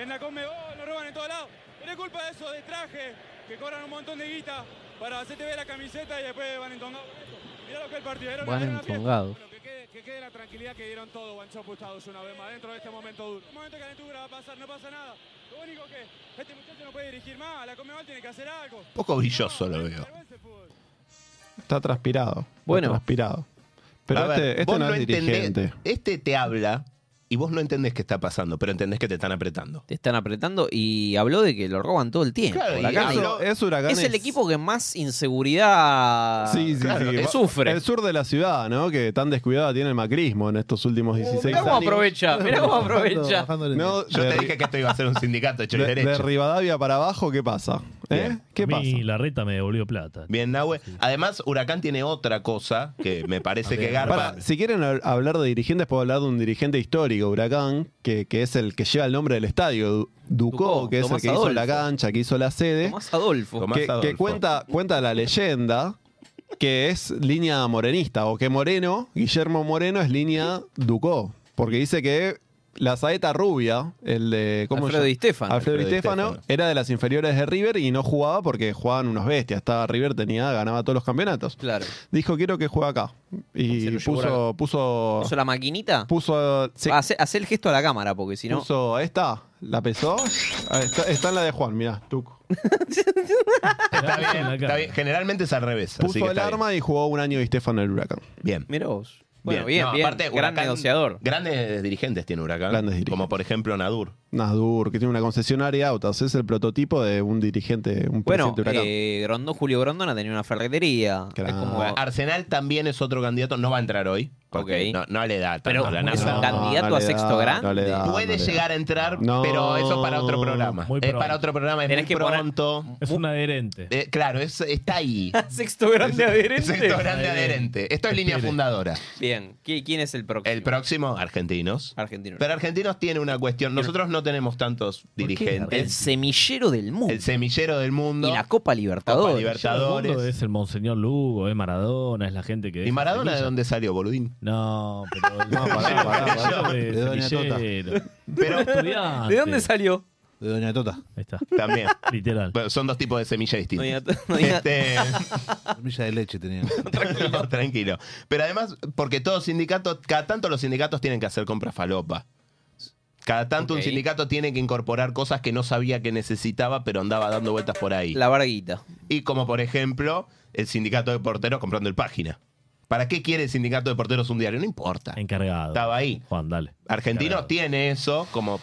Speaker 20: en la Conmebol, nos roban en todos lados. Pero es culpa de esos de traje que cobran un montón de guita para hacerte ver la camiseta y después van entongados con esto. Mirá lo que es el partido. Era una-
Speaker 2: Van
Speaker 20: era una fiesta.
Speaker 2: entongados.
Speaker 20: Bueno, que quede, que quede la tranquilidad que dieron todo Guanchopo y Estados una vez más dentro de este momento duro. Un momento de calentura va a pasar, no pasa nada. Lo único que este muchacho no puede dirigir más, la Conmebol tiene que hacer algo.
Speaker 3: Un poco brilloso lo veo.
Speaker 4: Está transpirado. Está
Speaker 3: Bueno.
Speaker 4: transpirado. Pero
Speaker 3: A ver,
Speaker 4: este, este
Speaker 3: vos
Speaker 4: no es
Speaker 3: entendés-
Speaker 4: dirigente.
Speaker 3: Este te habla y vos no entendés qué está pasando, pero entendés que te están apretando.
Speaker 2: Te están apretando y habló de que lo roban todo el tiempo.
Speaker 3: Claro, y
Speaker 2: Huracán.
Speaker 3: habló-
Speaker 4: es Huracán,
Speaker 2: el
Speaker 4: es-
Speaker 2: equipo que más inseguridad
Speaker 4: Sí, sí, sí.
Speaker 2: que
Speaker 4: Va-
Speaker 2: ah, sufre.
Speaker 4: El sur de la ciudad, ¿no? Que tan descuidada tiene el macrismo en estos últimos 16
Speaker 2: mirá
Speaker 4: años.
Speaker 2: cómo aprovecha, mirá cómo aprovecha.
Speaker 4: No,
Speaker 3: Yo te dije que esto iba a ser un sindicato hecho y
Speaker 4: de,
Speaker 3: derecho.
Speaker 4: de Rivadavia para abajo, ¿qué pasa? ¿Eh? ¿Qué pasa?
Speaker 5: Y la reta me devolvió plata.
Speaker 3: Bien, Nahue. Además, Huracán tiene otra cosa que me parece que garpa.
Speaker 4: Para, si quieren hab- hablar de dirigentes, puedo hablar de un dirigente histórico, Huracán, que, que es el que lleva el nombre del estadio, Du- Ducó, que es
Speaker 2: Tomás
Speaker 4: el que hizo
Speaker 2: Adolfo.
Speaker 4: la cancha, que hizo la sede.
Speaker 2: Tomás Adolfo.
Speaker 4: que- que, cuenta, cuenta la leyenda que es línea morenista, o que Moreno, Guillermo Moreno, es línea Ducó, porque dice que la saeta rubia, el de...
Speaker 2: Alfredo
Speaker 4: se-
Speaker 2: Di Stefano.
Speaker 4: Alfredo Di
Speaker 2: Alfredo Di
Speaker 4: Stefano,
Speaker 2: Stefano.
Speaker 4: era de las inferiores de River y no jugaba porque jugaban unos bestias. Estaba River, tenía, ganaba todos los campeonatos.
Speaker 2: Claro.
Speaker 4: Dijo, quiero que juegue acá. Y puso, puso...
Speaker 2: ¿Puso la maquinita?
Speaker 4: Puso.
Speaker 2: Hace, hace el gesto a la cámara, porque si no.
Speaker 4: puso esta, la pesó. Ah, Está, está en la de Juan, mirá, Tuc.
Speaker 3: Está bien, está bien. Generalmente es al revés. así
Speaker 4: Puso
Speaker 3: que
Speaker 4: el
Speaker 3: está bien.
Speaker 4: arma y jugó un año de Estefano en el Huracán.
Speaker 3: Bien.
Speaker 2: Mira vos. Bueno, bien, bien. Gran
Speaker 3: negociador. Grandes dirigentes tiene Huracán. Como por ejemplo Nadur.
Speaker 4: Nadur, que tiene una concesionaria de autos, es el prototipo de un dirigente, un
Speaker 2: Bueno,
Speaker 4: presidente de Huracán.
Speaker 2: eh, Grondón, Julio Grondona tenía una ferretería. Es como-
Speaker 3: Bueno, Arsenal también es otro candidato. No va a entrar hoy. Porque no, no le da tanto
Speaker 2: Pero
Speaker 3: la
Speaker 2: es
Speaker 3: nata.
Speaker 2: un candidato a sexto grande.
Speaker 3: Puede llegar a entrar, pero eso para otro programa.
Speaker 5: Muy
Speaker 3: es
Speaker 5: pronto.
Speaker 3: para otro programa, es
Speaker 5: Tenés
Speaker 3: muy
Speaker 5: que poner-
Speaker 3: pronto.
Speaker 5: Es un adherente.
Speaker 3: Eh, claro, es- está ahí.
Speaker 2: Sexto grande adherente.
Speaker 3: Sexto grande adherente. Esto es línea
Speaker 2: Espere.
Speaker 3: fundadora.
Speaker 2: Bien. ¿Qui- ¿Quién es el próximo?
Speaker 3: El próximo, argentinos.
Speaker 2: Argentinos.
Speaker 3: Pero argentinos tiene una cuestión. Nosotros no tenemos tantos
Speaker 2: El
Speaker 3: dirigentes.
Speaker 2: semillero del mundo.
Speaker 3: El semillero del mundo.
Speaker 2: Y la Copa Libertadores.
Speaker 3: Copa Libertadores.
Speaker 5: El mundo es el Monseñor Lugo, es Maradona, es la gente que.
Speaker 3: ¿Y Maradona de
Speaker 5: semilla.
Speaker 3: dónde salió, boludín?
Speaker 5: No, pero.
Speaker 3: No, pará, pará, pará.
Speaker 5: De
Speaker 3: Doña Tota.
Speaker 5: Pero
Speaker 2: ¿De dónde salió?
Speaker 3: De Doña Tota. Ahí
Speaker 5: está.
Speaker 3: También.
Speaker 5: Literal.
Speaker 3: son dos tipos de semilla distintas.
Speaker 2: Tota,
Speaker 3: Este,
Speaker 13: Semilla de leche tenía.
Speaker 3: tranquilo, tranquilo. Pero además, porque todos sindicatos, cada tanto los sindicatos tienen que hacer compras falopa. Cada tanto
Speaker 2: Ok.
Speaker 3: un sindicato tiene que incorporar cosas que no sabía que necesitaba, pero andaba dando vueltas por ahí.
Speaker 2: La varguita.
Speaker 3: Y como por ejemplo, el sindicato de porteros comprando el página. ¿Para qué quiere el sindicato de porteros un diario? No importa.
Speaker 5: Encargado.
Speaker 3: Estaba ahí.
Speaker 5: Juan, dale.
Speaker 3: Argentinos tiene eso, como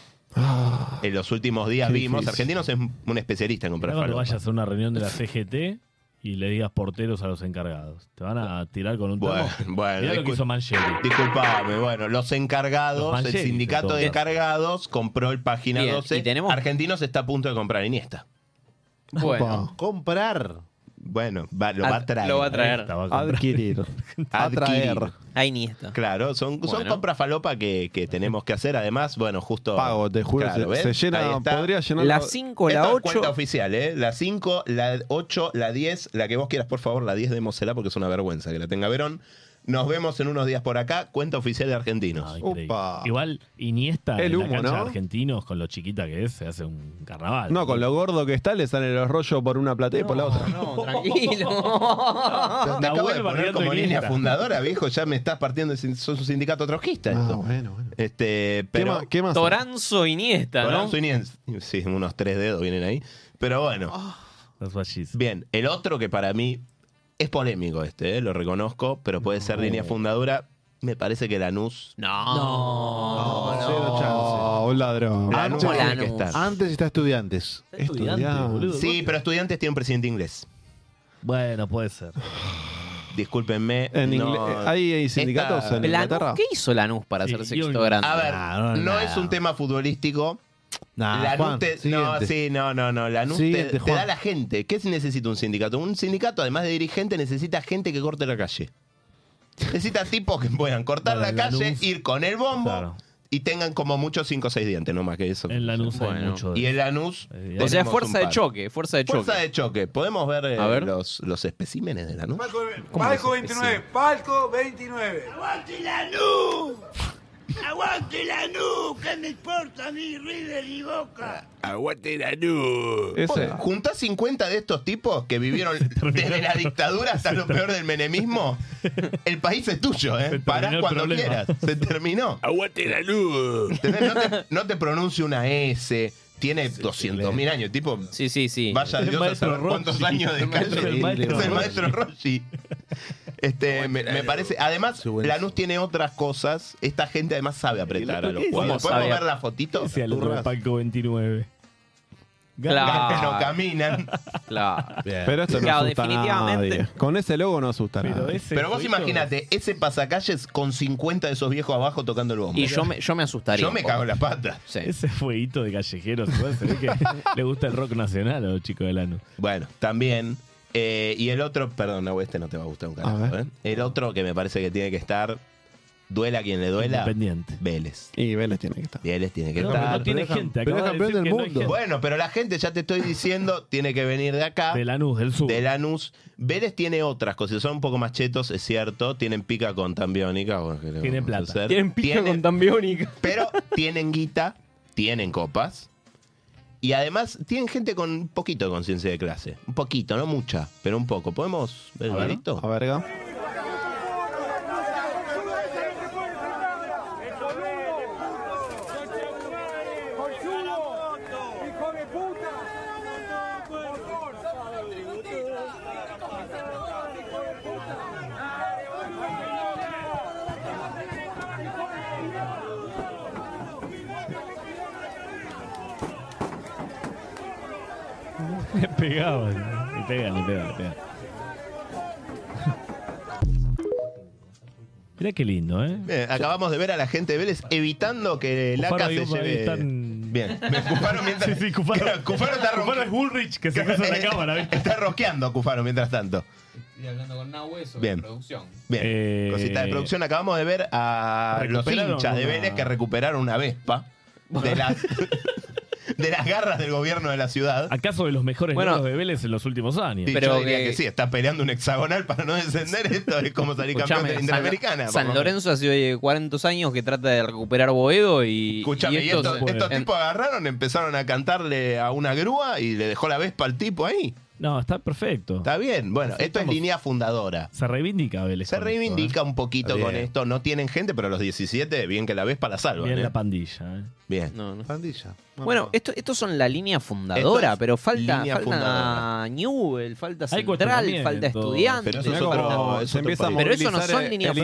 Speaker 3: en los últimos días
Speaker 5: qué
Speaker 3: vimos.
Speaker 5: difícil.
Speaker 3: Argentinos es un especialista en comprar
Speaker 5: Mirá cuando
Speaker 3: falopa.
Speaker 5: vayas a una reunión de la CGT y le digas porteros a los encargados. Te van a tirar con un
Speaker 3: Bueno,
Speaker 5: termo.
Speaker 3: bueno,
Speaker 5: Mirá lo que
Speaker 3: discul-
Speaker 5: hizo Mancheri.
Speaker 3: Disculpame, bueno, los
Speaker 5: Los
Speaker 3: encargados, el
Speaker 5: Mancheris, en
Speaker 3: sindicato
Speaker 5: todo
Speaker 3: de
Speaker 5: caso.
Speaker 3: encargados compró el página
Speaker 5: Bien,
Speaker 3: 12.
Speaker 5: y tenemos-
Speaker 3: Argentinos está a punto de comprar Iniesta.
Speaker 2: Bueno.
Speaker 13: Comprar.
Speaker 3: Bueno, va- lo va a
Speaker 2: Ad-
Speaker 3: traer.
Speaker 2: lo va a traer.
Speaker 5: Iniesta va a comprar.
Speaker 4: Adquirir.
Speaker 3: Adquirir.
Speaker 4: Atraer.
Speaker 2: A Iniesta.
Speaker 3: Claro, son, son
Speaker 2: Bueno.
Speaker 3: compras falopa que, que tenemos que hacer. Además, bueno, justo.
Speaker 4: Pago, te juro,
Speaker 3: Claro,
Speaker 4: se-
Speaker 3: ¿ves?
Speaker 4: se llena-
Speaker 3: Ahí está.
Speaker 4: podría llenar La la- cinco, la
Speaker 3: Esto es
Speaker 4: ocho.
Speaker 3: cuenta oficial, ¿eh? La 5, la 8, la 10, la que vos quieras, por favor, la 10 démosela porque es una vergüenza que la tenga Verón. Nos vemos en unos días por acá. Cuenta oficial de argentinos. Ah.
Speaker 5: Upa. Igual Iniesta
Speaker 4: El
Speaker 5: en
Speaker 4: humo,
Speaker 5: la cancha
Speaker 4: ¿no?
Speaker 5: de argentinos con lo chiquita que es, se hace un carnaval.
Speaker 4: No, con lo gordo que está le salen los rollos por una plata y por la otra.
Speaker 2: Tranquilo.
Speaker 3: Te acabo de
Speaker 5: Nahuel
Speaker 3: poner
Speaker 5: barriendo Iniesta.
Speaker 3: como línea fundadora, viejo. Ya me estás partiendo. de sin- Sos un sindicato trotskista.
Speaker 4: Ah,
Speaker 3: esto. Este, pero,
Speaker 4: más- qué más?
Speaker 2: Toranzo Iniesta, ¿no?
Speaker 3: Toranzo Iniesta. Sí, unos tres dedos vienen ahí. Pero bueno. Bien, el otro que para mí es polémico este, ¿eh? lo reconozco, pero puede ser línea fundadora. Me parece que Lanús. No.
Speaker 13: No, cero chance.
Speaker 4: un ladrón.
Speaker 3: Lanús
Speaker 13: Antes-
Speaker 3: tiene que estar.
Speaker 13: Antes está estudiantes.
Speaker 3: Sí, pero estudiantes tienen presidente inglés.
Speaker 5: Bueno, puede ser.
Speaker 3: Discúlpenme.
Speaker 4: En
Speaker 3: no-
Speaker 4: ingle- ¿Hay, hay sindicatos
Speaker 3: Esta-
Speaker 4: en Inglaterra?
Speaker 2: hizo Lanús para
Speaker 3: Sí,
Speaker 2: hacerse
Speaker 3: y
Speaker 2: sexto
Speaker 3: un-
Speaker 2: grande?
Speaker 3: A ver,
Speaker 2: Nah,
Speaker 3: no,
Speaker 2: no, nada.
Speaker 3: es un tema futbolístico.
Speaker 13: Nah,
Speaker 3: Lanús
Speaker 13: Juan,
Speaker 3: te- no,
Speaker 13: siguiente.
Speaker 3: sí, no, no, no. Lanús te-
Speaker 13: Siguiente,
Speaker 3: te,
Speaker 13: Juan.
Speaker 3: da la gente. ¿Qué necesita un sindicato? Un sindicato, además de dirigente, necesita gente que corte la calle. Necesita tipos que puedan cortar
Speaker 5: Para
Speaker 3: la
Speaker 5: Lanús.
Speaker 3: calle, ir con el bombo y tengan como mucho 5 o 6 dientes, no más que eso.
Speaker 5: En Lanús hay mucho de
Speaker 3: Y el Lanús.
Speaker 2: O sea,
Speaker 3: tenemos
Speaker 2: fuerza
Speaker 3: un
Speaker 2: de
Speaker 3: par.
Speaker 2: choque, fuerza de choque.
Speaker 3: Fuerza de choque. ¿Podemos ver, eh,
Speaker 2: A ver.
Speaker 3: Los, los especímenes de Lanús? ¿Cómo
Speaker 6: Palco
Speaker 3: es?
Speaker 6: 29, palco 29. ¡Aguante la luz! ¡Aguante la luz! ¿Qué me importa a mí, River y Boca?
Speaker 3: Aguante Lanús.
Speaker 6: Ese.
Speaker 3: Juntá 50 de estos tipos que vivieron desde la dictadura hasta lo peor del menemismo. El país es tuyo, ¿eh? Parás
Speaker 6: el
Speaker 3: cuando
Speaker 6: problema.
Speaker 3: quieras. Se terminó.
Speaker 6: ¡Aguante la luz!
Speaker 3: ¿Entendés? No te, no te pronuncio una S. Tiene 200.000 años, tipo.
Speaker 2: Sí, sí, sí.
Speaker 3: Vaya
Speaker 2: El
Speaker 3: Dios a
Speaker 2: maestro
Speaker 3: saber cuántos
Speaker 2: Rossi.
Speaker 3: años de
Speaker 2: El
Speaker 3: calle.
Speaker 2: maestro- el maestro
Speaker 3: es el maestro Rossi. Este, me, me parece. Además, Lanús tiene otras cosas. Esta gente además sabe apretar a los jugadores. ¿Podemos ver la fotito?
Speaker 5: Sí, al otro del palco 29.
Speaker 3: Ganas que no caminan.
Speaker 4: Pero esto no asusta a nadie. Con ese logo no asusta a nadie.
Speaker 3: Pero vos imagínate, ese pasacalles con 50 de esos viejos abajo tocando el bombo.
Speaker 2: Y yo me, yo me asustaría.
Speaker 3: Yo me cago en las patas.
Speaker 5: Ese fueguito de callejeros, igual se ve que le gusta el rock nacional a los chicos de Lanús.
Speaker 3: Bueno, también. eh, y el otro, perdón, no, este no te va a gustar un carajo. ¿eh? El otro que me parece que tiene que estar, duela a quien le duela.
Speaker 5: Independiente.
Speaker 3: Vélez.
Speaker 4: Y Vélez tiene que estar.
Speaker 3: Vélez tiene que
Speaker 5: No,
Speaker 3: estar.
Speaker 5: pero no tiene Pero es gente, cam- acaba pero es de campeón decir del que no hay mundo. gente.
Speaker 3: bueno, pero la gente, ya te estoy diciendo, tiene que venir de acá. De
Speaker 5: Lanús, del sur.
Speaker 3: De Lanús. Vélez tiene otras cosas, son un poco más chetos, es cierto. Tienen pica con Tambiónica. bueno, que le
Speaker 5: Tienen
Speaker 3: vamos a
Speaker 5: plata.
Speaker 3: hacer.
Speaker 2: Tienen pica con Tambiónica.
Speaker 3: Pero tienen guita, tienen copas. Y además tienen gente con un poquito de conciencia de clase. Un poquito, no mucha, pero un poco. ¿Podemos ver el videito?
Speaker 4: A verga.
Speaker 6: ¡Hijo de puta! ¡Por favor!
Speaker 5: Le pegaban. Le pegan, le pegan, le pegan. Mirá qué lindo, ¿eh?
Speaker 3: Bien, acabamos de ver a la gente de Vélez evitando que Laca
Speaker 5: Cufaro
Speaker 3: se
Speaker 5: digo,
Speaker 3: lleve.
Speaker 5: están-
Speaker 3: Bien, me Cufaro mientras.
Speaker 5: Sí, sí, Cufaro.
Speaker 3: Claro, Cufaro está ro-
Speaker 5: Cufaro es Bullrich que se cruza la cámara, ¿viste?
Speaker 3: Está rosqueando Cufaro mientras tanto.
Speaker 21: Y hablando con Nahue sobre
Speaker 3: Bien.
Speaker 21: producción.
Speaker 3: Bien,
Speaker 5: Eh,
Speaker 3: cosita de producción. Acabamos de ver a los
Speaker 21: Recuperaron
Speaker 3: hinchas de
Speaker 21: una-
Speaker 3: Vélez que recuperaron una Vespa de las, de las garras del gobierno de la ciudad.
Speaker 5: ¿Acaso de los mejores
Speaker 3: Bueno.
Speaker 5: números de Vélez en los últimos años?
Speaker 3: Sí, yo diría que... sí, está peleando un hexagonal para no descender. Esto es como salir campeón
Speaker 2: Escuchame,
Speaker 3: de la Interamericana.
Speaker 2: San,
Speaker 3: por
Speaker 2: San
Speaker 3: lo menos.
Speaker 2: Lorenzo hace 40 años que trata de recuperar Boedo y.
Speaker 3: Escuchame,
Speaker 2: y
Speaker 3: y estos,
Speaker 2: estos-
Speaker 3: estos
Speaker 2: en-
Speaker 3: tipos agarraron, empezaron a cantarle a una grúa y le dejó la Vespa al tipo ahí.
Speaker 5: No, está perfecto.
Speaker 3: Está bien. Bueno,
Speaker 5: Así
Speaker 3: esto es
Speaker 5: estamos.
Speaker 3: línea fundadora.
Speaker 5: Se reivindica Vélez.
Speaker 3: Se
Speaker 5: con esto,
Speaker 3: reivindica
Speaker 5: ¿eh?
Speaker 3: un poquito
Speaker 5: Está
Speaker 3: con
Speaker 5: bien.
Speaker 3: esto. No tienen gente, pero los 17, bien que la Vespa la salvan.
Speaker 5: Bien
Speaker 3: ¿eh?
Speaker 5: la pandilla, ¿eh?
Speaker 3: Bien.
Speaker 13: Pandilla.
Speaker 2: Bueno, esto- estos son la línea fundadora,
Speaker 3: Esto es
Speaker 2: pero falta,
Speaker 3: línea
Speaker 2: falta
Speaker 3: fundadora.
Speaker 2: Newell, falta
Speaker 3: Hay
Speaker 2: Central, falta
Speaker 3: cuestionamiento.
Speaker 2: Estudiantes.
Speaker 3: Pero eso es otro-
Speaker 2: Falta-
Speaker 3: es otro país.
Speaker 2: Pero eso no son líneas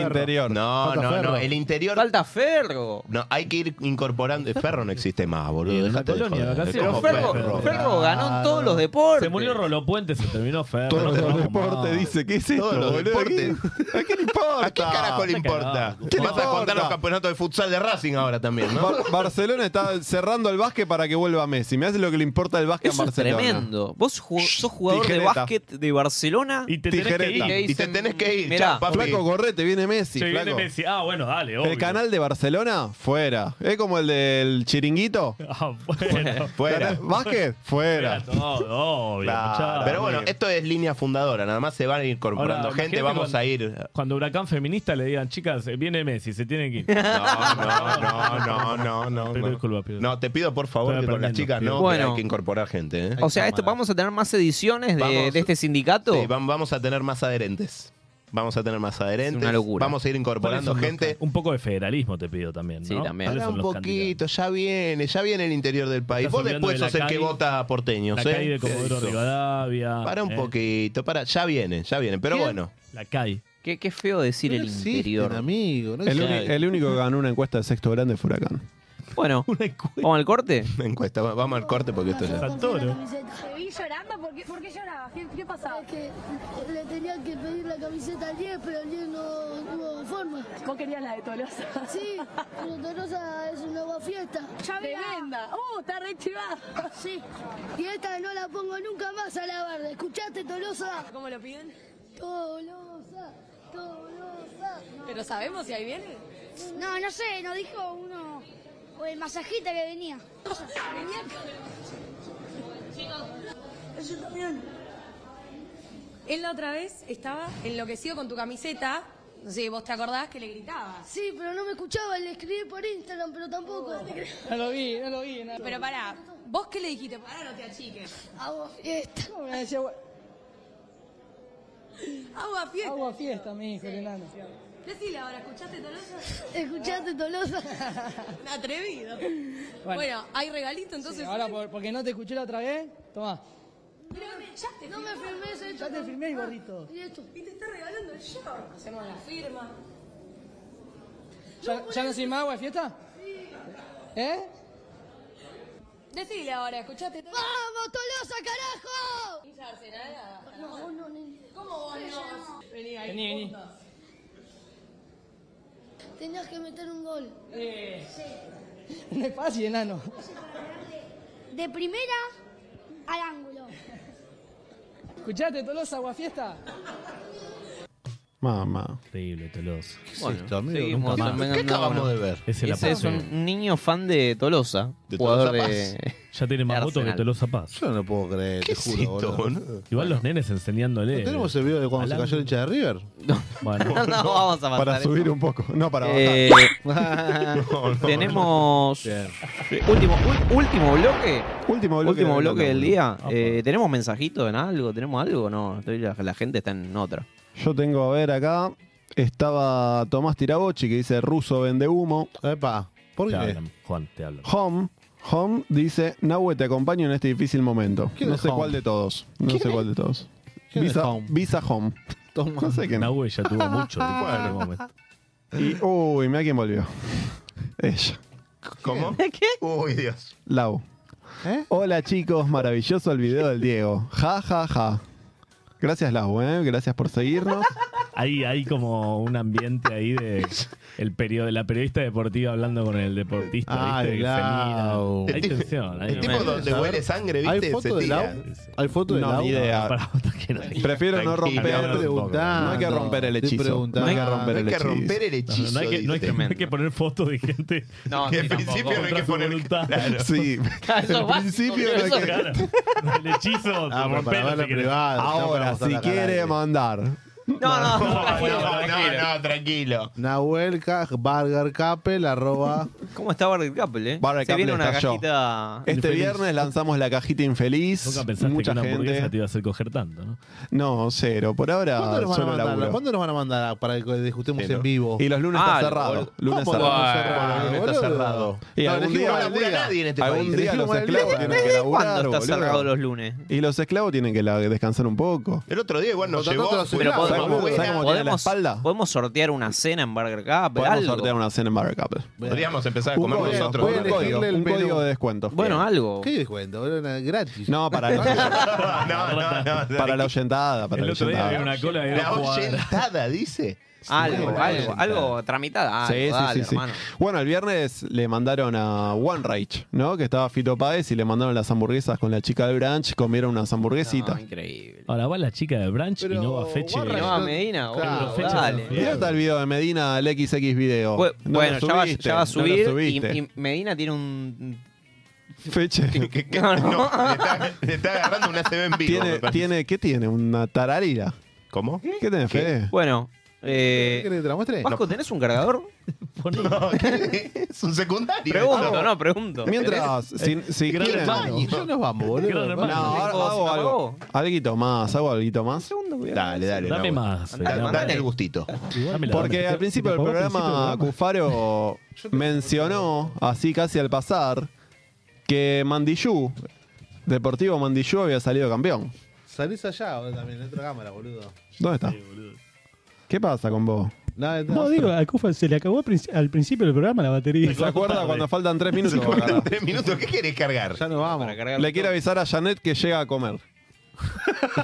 Speaker 3: No, no, no. El interior.
Speaker 2: Falta Ferro.
Speaker 3: No, hay que ir incorporando. Ferro no existe más, boludo. Dejate de
Speaker 5: Eh, Colonia,
Speaker 3: joder.
Speaker 5: vacaciones.
Speaker 3: ¿Cómo
Speaker 5: Pero
Speaker 3: Ferro?
Speaker 2: Ferro ganó en todos los deportes.
Speaker 5: Se murió Rolo Puente, se terminó Ferro.
Speaker 4: Todos
Speaker 5: No,
Speaker 4: los
Speaker 5: no,
Speaker 4: deportes,
Speaker 5: no.
Speaker 4: dice. ¿Qué es esto,
Speaker 3: Todos los
Speaker 4: boludo?
Speaker 3: deportes.
Speaker 4: ¿A qué le importa?
Speaker 3: ¿A qué carajo le
Speaker 4: Está
Speaker 3: importa?
Speaker 4: cagado.
Speaker 3: Te vas a
Speaker 4: importa?
Speaker 3: contar los campeonatos de futsal de Racing ahora también, ¿no?
Speaker 4: Bar- Barcelona está cerrando el básquet para que vuelva Messi. Me hace lo que le importa el básquet
Speaker 2: Eso
Speaker 4: a
Speaker 2: es
Speaker 4: Barcelona.
Speaker 2: tremendo. Vos ju- sos jugador
Speaker 4: tijereta.
Speaker 2: de básquet de Barcelona
Speaker 5: Y te tenés que
Speaker 4: Tijereta.
Speaker 5: ir.
Speaker 2: Y te tenés que ir,
Speaker 4: Mirá,
Speaker 2: chao, papi.
Speaker 4: Flaco, correte, viene Messi.
Speaker 5: Che, viene
Speaker 4: flaco.
Speaker 5: Messi. Ah, bueno, dale, obvio.
Speaker 4: El canal de Barcelona, fuera. ¿Es como el del chiringuito?
Speaker 5: Ah, bueno.
Speaker 4: Canal- ¿Básquet? Fuera.
Speaker 5: Todo, obvio,
Speaker 4: Claro.
Speaker 5: Claro.
Speaker 3: Pero bueno, esto es línea fundadora. Nada más se van a ir incorporando
Speaker 5: Ahora,
Speaker 3: gente.
Speaker 5: imagínate
Speaker 3: Vamos
Speaker 5: cuando-
Speaker 3: a ir.
Speaker 5: Cuando Huracán Feminista le digan, chicas, eh, viene Messi, se tienen que ir. Ah,
Speaker 3: No, no, no, no, no.
Speaker 5: Pido
Speaker 3: no.
Speaker 5: disculpas, pido.
Speaker 3: No, te pido por favor
Speaker 5: Estoy
Speaker 3: que con las
Speaker 5: aprendiendo,
Speaker 3: chicas
Speaker 5: pido.
Speaker 3: no,
Speaker 5: Bueno.
Speaker 3: que hay que incorporar gente. ¿eh?
Speaker 2: O sea, esto, ¿vamos a tener más ediciones de,
Speaker 3: Vamos-
Speaker 2: de este sindicato?
Speaker 3: Sí, vam- vamos a tener más adherentes. Vamos a tener más adherentes.
Speaker 2: una locura.
Speaker 3: Vamos a ir incorporando
Speaker 5: ¿Cuáles son
Speaker 3: gente.
Speaker 5: los- Un poco de federalismo te pido también. ¿no?
Speaker 3: Sí, también.
Speaker 5: ¿Cuáles
Speaker 3: Pará
Speaker 5: son
Speaker 3: un
Speaker 5: los candidatos?
Speaker 3: poquito, ya viene, ya viene el interior del país.
Speaker 5: Estás
Speaker 3: Vos
Speaker 5: olvidando
Speaker 3: después
Speaker 5: de la
Speaker 3: sos el que
Speaker 5: Cadi-
Speaker 3: vota porteños,
Speaker 5: La
Speaker 3: ¿eh?
Speaker 5: CAI de Comodoro
Speaker 3: Eso.
Speaker 5: Rivadavia.
Speaker 3: Para un
Speaker 5: eh,
Speaker 3: poquito, para, ya viene, ya viene, pero
Speaker 5: ¿Quién?
Speaker 3: bueno.
Speaker 5: La CAI.
Speaker 2: Qué, qué feo decir el interior.
Speaker 13: amigo,
Speaker 4: El, uni- el único que ganó una encuesta de sexto grande fue Huracán.
Speaker 2: Bueno, ¿vamos al corte?
Speaker 3: encuesta, va- vamos al corte porque esto ya.
Speaker 19: Te vi llorando, ¿por qué, por qué llorabas? ¿Qué, qué pasaba? que le tenía que pedir la camiseta al 10, pero el 10 no tuvo forma. ¿Vos querías la de Tolosa? Sí, pero Tolosa es una nueva fiesta. ¡Tremenda! ¡Uh, está re chivada! Sí, y esta no la pongo nunca más a la barra. ¿Escuchaste, Tolosa? ¿Cómo lo piden? Tolosa, Tolosa.
Speaker 12: ¿Pero sabemos si ahí viene?
Speaker 19: No, no sé, nos dijo uno, o el masajista que venía.
Speaker 12: Eso también. Él la otra vez estaba enloquecido con tu camiseta. No sé, vos te acordás que le gritabas.
Speaker 19: Sí, pero no me escuchaba, le escribí por Instagram, pero tampoco.
Speaker 12: No lo vi, no lo vi. Pero pará, ¿vos qué le dijiste? Pará, no te achiques.
Speaker 19: Hago fiesta.
Speaker 12: Agua fiesta. Agua fiesta, mi hijo, enano. Decile ahora, ¿escuchaste Tolosa?
Speaker 19: Eh. ¿Escuchaste, Tolosa?
Speaker 12: Atrevido. Bueno, hay regalito entonces.
Speaker 22: ahora por- porque no te escuché la otra vez, toma.
Speaker 12: Pero ya te
Speaker 19: No me firmé ese
Speaker 22: Ya te firmé, gordito.
Speaker 19: Y esto.
Speaker 12: Y te está regalando el short. Hacemos la firma.
Speaker 22: ¿Ya, ya no soy más agua de fiesta? ¿Eh?
Speaker 12: Decile ahora, escuchate.
Speaker 19: ¡Vamos, Tolosa, carajo!
Speaker 12: No, no, ¿Cómo vos no? Vení, ahí.
Speaker 22: Vení, vení.
Speaker 12: juntos.
Speaker 19: Tenías que meter un gol.
Speaker 22: No es fácil, enano.
Speaker 19: De primera al ángulo.
Speaker 22: ¿Escuchaste, Tolosa, agua fiesta?
Speaker 4: Mamá.
Speaker 5: Increíble, Tolosa.
Speaker 4: ¿Qué
Speaker 5: ¿Qué
Speaker 4: es
Speaker 2: Bueno,
Speaker 4: esto, amigo?
Speaker 2: seguimos
Speaker 4: Nunca más.
Speaker 2: también
Speaker 4: ¿Qué
Speaker 2: andando-
Speaker 4: acabamos de ver?
Speaker 5: Es
Speaker 2: Ese
Speaker 5: el
Speaker 2: es,
Speaker 5: apodo.
Speaker 2: un niño fan de Tolosa.
Speaker 5: De
Speaker 2: jugador
Speaker 5: Tolosa
Speaker 2: de.
Speaker 5: Ya tiene más
Speaker 2: de
Speaker 5: votos que
Speaker 2: Arsenal.
Speaker 5: Tolosa Paz.
Speaker 13: Yo no puedo creer, te juro, boludo.
Speaker 5: Igual los nenes enseñándole.
Speaker 13: ¿No tenemos el video de cuando se
Speaker 5: Alan-
Speaker 13: cayó el hincha de River?
Speaker 5: Bueno.
Speaker 2: No, vamos a pasar
Speaker 4: Para
Speaker 2: eso.
Speaker 4: subir un poco, no para bajar.
Speaker 2: Eh,
Speaker 4: No, no,
Speaker 2: tenemos eh, último ul- último bloque
Speaker 4: Último bloque,
Speaker 2: último
Speaker 4: del
Speaker 2: bloque del día
Speaker 4: Noctámbulo.
Speaker 2: Eh, tenemos mensajito en algo tenemos algo no estoy- la, la gente está en otra
Speaker 4: Yo tengo, a ver, acá estaba Tomás Tirabochi que dice ruso vende humo.
Speaker 13: Epa, ¿por
Speaker 5: Te
Speaker 4: qué?
Speaker 5: hablan, Juan, te hablan.
Speaker 4: Home, Home dice, Nahue, te acompaño en este difícil momento.
Speaker 5: ¿Quién
Speaker 4: No
Speaker 5: es
Speaker 4: sé
Speaker 5: Home?
Speaker 4: cuál de todos. No sé cuál de todos.
Speaker 5: ¿Quién es
Speaker 4: Visa
Speaker 5: Home?
Speaker 4: Visa Home. No sé quién.
Speaker 5: Nahue ya tuvo mucho.
Speaker 4: Y, uy, mira quién volvió. Ella.
Speaker 3: ¿Cómo?
Speaker 2: ¿Eh?
Speaker 3: ¿Qué? Uy, Dios.
Speaker 4: Lau.
Speaker 5: ¿Eh?
Speaker 4: Hola chicos, maravilloso el video del Diego. Ja, ja, ja. Gracias Lau, ¿eh? gracias por seguirnos.
Speaker 5: Hay, hay como un ambiente ahí de el perio- la periodista deportiva hablando con el deportista.
Speaker 13: Ay,
Speaker 5: ¿viste? Que se
Speaker 13: Lau.
Speaker 5: miran. Hay
Speaker 4: Este
Speaker 13: El tipo-
Speaker 5: tensión. hay
Speaker 13: el tipo
Speaker 5: una-
Speaker 13: donde huele sangre, ¿viste?
Speaker 5: Hay foto
Speaker 13: Se
Speaker 5: de
Speaker 13: tira.
Speaker 5: Lau?
Speaker 13: ¿Hay foto de
Speaker 4: No,
Speaker 13: Lau?
Speaker 4: ni idea.
Speaker 5: Para otra que no hay.
Speaker 4: Prefiero no
Speaker 5: Tranquilo,
Speaker 4: romper.
Speaker 5: no preguntando.
Speaker 4: No hay que romper el
Speaker 5: Estoy
Speaker 4: hechizo. No hay que
Speaker 5: preguntando.
Speaker 4: romper
Speaker 5: No hay
Speaker 4: el
Speaker 5: que
Speaker 4: hechizo.
Speaker 5: romper el hechizo,
Speaker 4: No, no hay que- no hay que-
Speaker 5: no hay que poner fotos de gente.
Speaker 2: No,
Speaker 5: que
Speaker 2: sí,
Speaker 5: en
Speaker 2: tampoco.
Speaker 5: principio no hay que poner voluntad.
Speaker 4: Sí.
Speaker 2: Eso
Speaker 4: Al principio no hay que-
Speaker 5: Claro. El hechizo.
Speaker 13: Ah, pero para verlo privado.
Speaker 4: Ahora, si quiere mandar.
Speaker 13: No, no,
Speaker 3: No, no, tranquilo.
Speaker 13: Nahuel Ca- Barger Capel, arroba.
Speaker 2: cómo está Barry Capel eh
Speaker 4: Barry
Speaker 2: se
Speaker 4: Capel
Speaker 2: viene una
Speaker 4: estalló.
Speaker 2: cajita
Speaker 4: Este
Speaker 2: Ah, infeliz.
Speaker 4: viernes lanzamos la cajita infeliz.
Speaker 5: Nunca pensaste
Speaker 4: Mucha
Speaker 5: que una hamburguesa
Speaker 4: gente.
Speaker 5: te iba a hacer coger tanto, ¿no?
Speaker 4: No, cero. Por ahora
Speaker 13: ¿Cuándo nos van a
Speaker 4: solo
Speaker 13: mandar?
Speaker 4: Ah, laburo.
Speaker 13: ¿Cuándo nos van a mandar a- para que discutamos
Speaker 4: Cero.
Speaker 13: en vivo?
Speaker 4: Y los lunes
Speaker 13: Ah,
Speaker 4: está cerrado.
Speaker 13: boludo.
Speaker 4: Lunes
Speaker 13: ¿Cómo
Speaker 4: cerrado.
Speaker 13: lunes cerrado,
Speaker 4: Bueno,
Speaker 13: boludo?
Speaker 4: Y
Speaker 13: No,
Speaker 4: algún
Speaker 13: elegimos
Speaker 4: día,
Speaker 13: mal día.
Speaker 4: algún día
Speaker 13: este Elegimos
Speaker 4: los
Speaker 13: mal
Speaker 4: esclavos
Speaker 13: día.
Speaker 4: tienen que
Speaker 2: ¿Desde
Speaker 4: laburar,
Speaker 2: cuándo está
Speaker 4: boludo.
Speaker 2: cerrado los lunes?
Speaker 4: Y los esclavos tienen que la- descansar un poco.
Speaker 3: El otro día igual nos
Speaker 4: Por tanto,
Speaker 3: llevó.
Speaker 4: los Pero esclavos, podemos- boludo, ¿sabes cómo tiene la
Speaker 2: podemos- podemos sortear una cena en Burger Cup
Speaker 4: Podemos
Speaker 2: algo.
Speaker 4: sortear una cena en Barber Couple.
Speaker 3: Podríamos empezar a
Speaker 4: Un
Speaker 3: comer
Speaker 4: código,
Speaker 3: nosotros.
Speaker 4: un código, un código de descuento.
Speaker 2: bueno algo
Speaker 13: ¿Qué descuento? boludo? Era gratis.
Speaker 4: No, para
Speaker 3: No, no, no.
Speaker 4: Para la oyentada, para
Speaker 5: El
Speaker 4: la
Speaker 5: otro día había
Speaker 4: oyentada.
Speaker 5: una cola de
Speaker 3: La
Speaker 5: dos cuadras.
Speaker 3: oyentada, dice.
Speaker 2: algo
Speaker 4: Sí,
Speaker 2: algo
Speaker 4: bueno.
Speaker 2: algo tramitada
Speaker 4: Sí,
Speaker 2: algo,
Speaker 4: sí,
Speaker 2: dale,
Speaker 4: sí, sí.
Speaker 2: hermano.
Speaker 4: Bueno, el viernes le mandaron a One Reich, ¿no? Que estaba Fito Páez y le mandaron las hamburguesas con la chica del branch, comieron unas hamburguesitas.
Speaker 2: increíble.
Speaker 5: Ahora va la chica de Branch y no va Feche.
Speaker 2: Guarra, no, Medina, boludo,
Speaker 5: Eurofeche
Speaker 2: dale.
Speaker 5: también.
Speaker 4: Mira está el video de Medina al XX video.
Speaker 2: Bu-
Speaker 4: No lo
Speaker 2: bueno, ya va,
Speaker 4: subiste,
Speaker 2: ya va a
Speaker 4: no lo
Speaker 2: subir. y-
Speaker 4: subiste.
Speaker 2: y, Medina tiene un
Speaker 4: Feche.
Speaker 3: ¿Qué- qué- no, le, está, le está agarrando una CB en vivo. me
Speaker 4: ¿Tiene,
Speaker 3: parece.
Speaker 4: tiene, ¿Qué tiene? ¿Una tararira?
Speaker 3: ¿Cómo? ¿Qué,
Speaker 4: tenés,
Speaker 3: ¿Qué?
Speaker 4: Fede?
Speaker 2: Bueno. Eh,
Speaker 4: ¿Querés que te la muestre?
Speaker 2: Vasco,
Speaker 4: No.
Speaker 2: ¿tenés un cargador?
Speaker 3: No, ¿qué? es un secundario.
Speaker 2: Pregunto, no, pregunto.
Speaker 4: Mientras, Ah, si, si
Speaker 3: Gran
Speaker 4: quieren...
Speaker 3: hermano.
Speaker 13: Ya nos vamos,
Speaker 4: No,
Speaker 13: boludo.
Speaker 4: ahora hago algo. Alguito más, hago alguito más.
Speaker 3: Dale, dale.
Speaker 4: Dame
Speaker 3: no,
Speaker 4: más,
Speaker 3: da-
Speaker 4: eh,
Speaker 3: dale
Speaker 4: mandale.
Speaker 3: el gustito.
Speaker 4: Porque al principio del programa Cufaro mencionó, así casi al pasar, que Mandillú, Deportivo Mandillú había salido campeón.
Speaker 13: Salís allá boludo, también, en otra cámara, boludo.
Speaker 4: ¿Dónde está? ¿Qué pasa con vos?
Speaker 13: Nada, nada.
Speaker 11: No, digo, al Cufa se le acabó al, princi- al principio del programa la batería.
Speaker 4: ¿Se acuerda cuando faltan tres minutos? para cargar?
Speaker 3: Tres minutos, ¿qué querés cargar?
Speaker 13: Ya nos vamos.
Speaker 4: Le quiero avisar a Janet que llega a comer.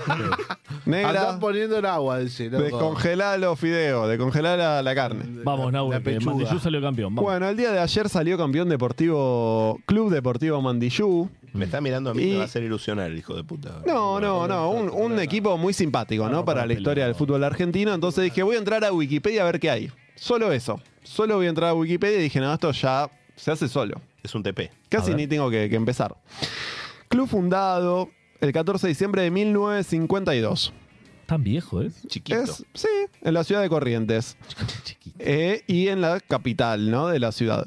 Speaker 13: Andá
Speaker 4: Negra,
Speaker 13: poniendo el agua, dice. loco.
Speaker 4: descongelá los fideos, descongelá la, la carne.
Speaker 5: Vamos, Nahue,
Speaker 13: la
Speaker 5: que
Speaker 13: pechuga.
Speaker 5: Mandillú salió campeón. Vamos.
Speaker 4: Bueno, el día de ayer salió campeón deportivo Club Deportivo Mandillú.
Speaker 3: Me está mirando a mí,
Speaker 4: Y-
Speaker 3: me va a hacer ilusionar el hijo de puta.
Speaker 4: No, no, no, un, un equipo muy simpático, ¿no? Para la historia del fútbol argentino. Entonces dije, voy a entrar a Wikipedia a ver qué hay. Solo eso. Solo voy a entrar a Wikipedia y dije, no, esto ya se hace solo.
Speaker 3: Es un TP.
Speaker 4: Casi ni tengo que, que empezar. Club fundado el 14 de diciembre de 1952.
Speaker 5: Tan viejo, ¿eh?
Speaker 3: Chiquito.
Speaker 4: Es, sí, en la ciudad de Corrientes. Eh, y en la capital, ¿no? De la ciudad.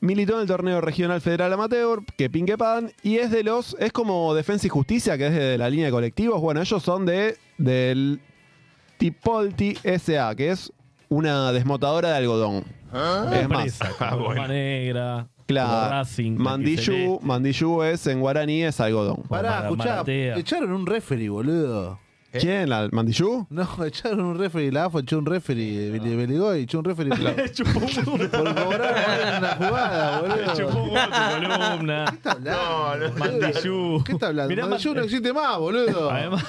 Speaker 4: Militó en el torneo regional federal amateur, que pinque pan, y es de los, es como Defensa y Justicia, que es de la línea de colectivos. Bueno, ellos son de del Tipolti SA, que es una desmotadora de algodón.
Speaker 5: Una
Speaker 4: Es más,
Speaker 5: Ah,
Speaker 4: ah,
Speaker 5: empresa, como Loma Negra, como
Speaker 4: claro.
Speaker 5: Racing,
Speaker 4: Mandillú,
Speaker 5: Celeste.
Speaker 4: Mandillú es en guaraní, es algodón.
Speaker 13: Pará, escuchá, echaron un referee, boludo.
Speaker 4: ¿Eh? ¿Quién? ¿La ¿Mandillú?
Speaker 13: No, echaron un referee, la AFA echó un referee, Beli- Beligoy echó un referee. por- Por cobrar una jugada, boludo.
Speaker 5: Chupó un gol tu columna.
Speaker 13: ¿Qué está hablando?
Speaker 5: No, no.
Speaker 13: boludo?
Speaker 5: Mandillú.
Speaker 13: ¿Qué está hablando?
Speaker 5: Mirá,
Speaker 13: Mandillú no
Speaker 5: Mand-
Speaker 13: existe más, boludo.
Speaker 5: Además-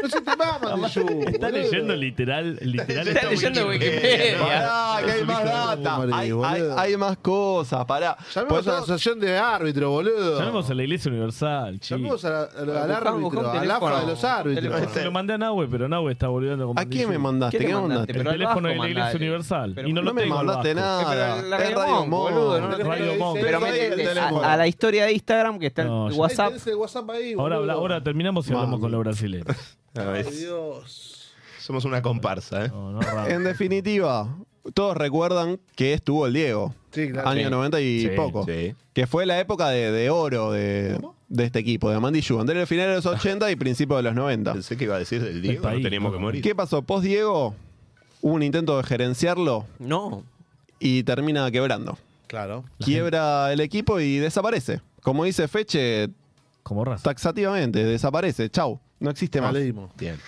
Speaker 13: no existe más, Mandillú.
Speaker 5: Está
Speaker 13: boludo.
Speaker 5: leyendo literal. literal
Speaker 2: Está leyendo Wikipedia.
Speaker 4: Pará, que hay más data.
Speaker 13: Hombre,
Speaker 4: Hay,
Speaker 13: boludo.
Speaker 4: hay- hay más cosas, pará. Pues Por
Speaker 13: Llamemos
Speaker 4: eso-
Speaker 13: a la asociación de árbitros, boludo.
Speaker 5: Llamemos a la Iglesia Universal,
Speaker 13: Llamemos
Speaker 5: chicos.
Speaker 13: a la- a la- al
Speaker 2: Buscá, buscá un
Speaker 13: árbitro, al AFA de los árbitros.
Speaker 5: Se lo mandé a Nahue, pero Nahue está volviendo con
Speaker 4: ¿A quién
Speaker 5: Mandillú.
Speaker 4: me mandaste? ¿Qué,
Speaker 2: ¿Qué le mandaste?
Speaker 4: mandaste?
Speaker 5: El
Speaker 2: Pero al
Speaker 5: teléfono de
Speaker 2: Vasco
Speaker 5: la Iglesia
Speaker 2: mandale.
Speaker 5: Universal.
Speaker 2: Pero
Speaker 5: y no,
Speaker 4: No
Speaker 5: lo
Speaker 4: me
Speaker 5: tengo al
Speaker 4: mandaste
Speaker 5: Vasco.
Speaker 4: nada.
Speaker 2: Pero la
Speaker 4: es
Speaker 2: Radio
Speaker 4: Radio
Speaker 2: Monk,
Speaker 4: Monk.
Speaker 2: boludo, no la
Speaker 4: Es
Speaker 5: tenés
Speaker 4: Radio
Speaker 5: que
Speaker 4: Monk.
Speaker 5: decir.
Speaker 2: Pero
Speaker 4: Ahí el
Speaker 2: metete
Speaker 4: teléfono.
Speaker 2: a, a la historia de Instagram, que está
Speaker 5: No,
Speaker 2: el
Speaker 5: ya-
Speaker 2: WhatsApp.
Speaker 13: Tenés el WhatsApp ahí,
Speaker 5: Ahora, habla-
Speaker 13: boludo.
Speaker 5: ahora terminamos y hablamos con los brasileños.
Speaker 3: A ver,
Speaker 13: Ay, Dios.
Speaker 3: somos una comparsa, ¿eh?
Speaker 5: No, no, raro.
Speaker 4: En definitiva, todos recuerdan que estuvo el Diego.
Speaker 13: Sí, claro.
Speaker 4: Año 90 y
Speaker 5: Sí,
Speaker 4: poco.
Speaker 3: Sí.
Speaker 4: Que fue la época de, de oro de, de este equipo, de Mandillú. Entre el final de los 80 y principio de los 90.
Speaker 3: Pensé que iba a decir del Diego,
Speaker 5: país,
Speaker 3: no teníamos que morir.
Speaker 4: ¿Qué pasó? Post Diego, hubo un intento de gerenciarlo
Speaker 2: No.
Speaker 4: y termina quebrando.
Speaker 13: Claro.
Speaker 4: Quiebra el equipo y desaparece. Como dice Feche,
Speaker 5: Como raza.
Speaker 4: taxativamente, desaparece. Chau. No existe más.
Speaker 13: Leímos.
Speaker 3: Bien.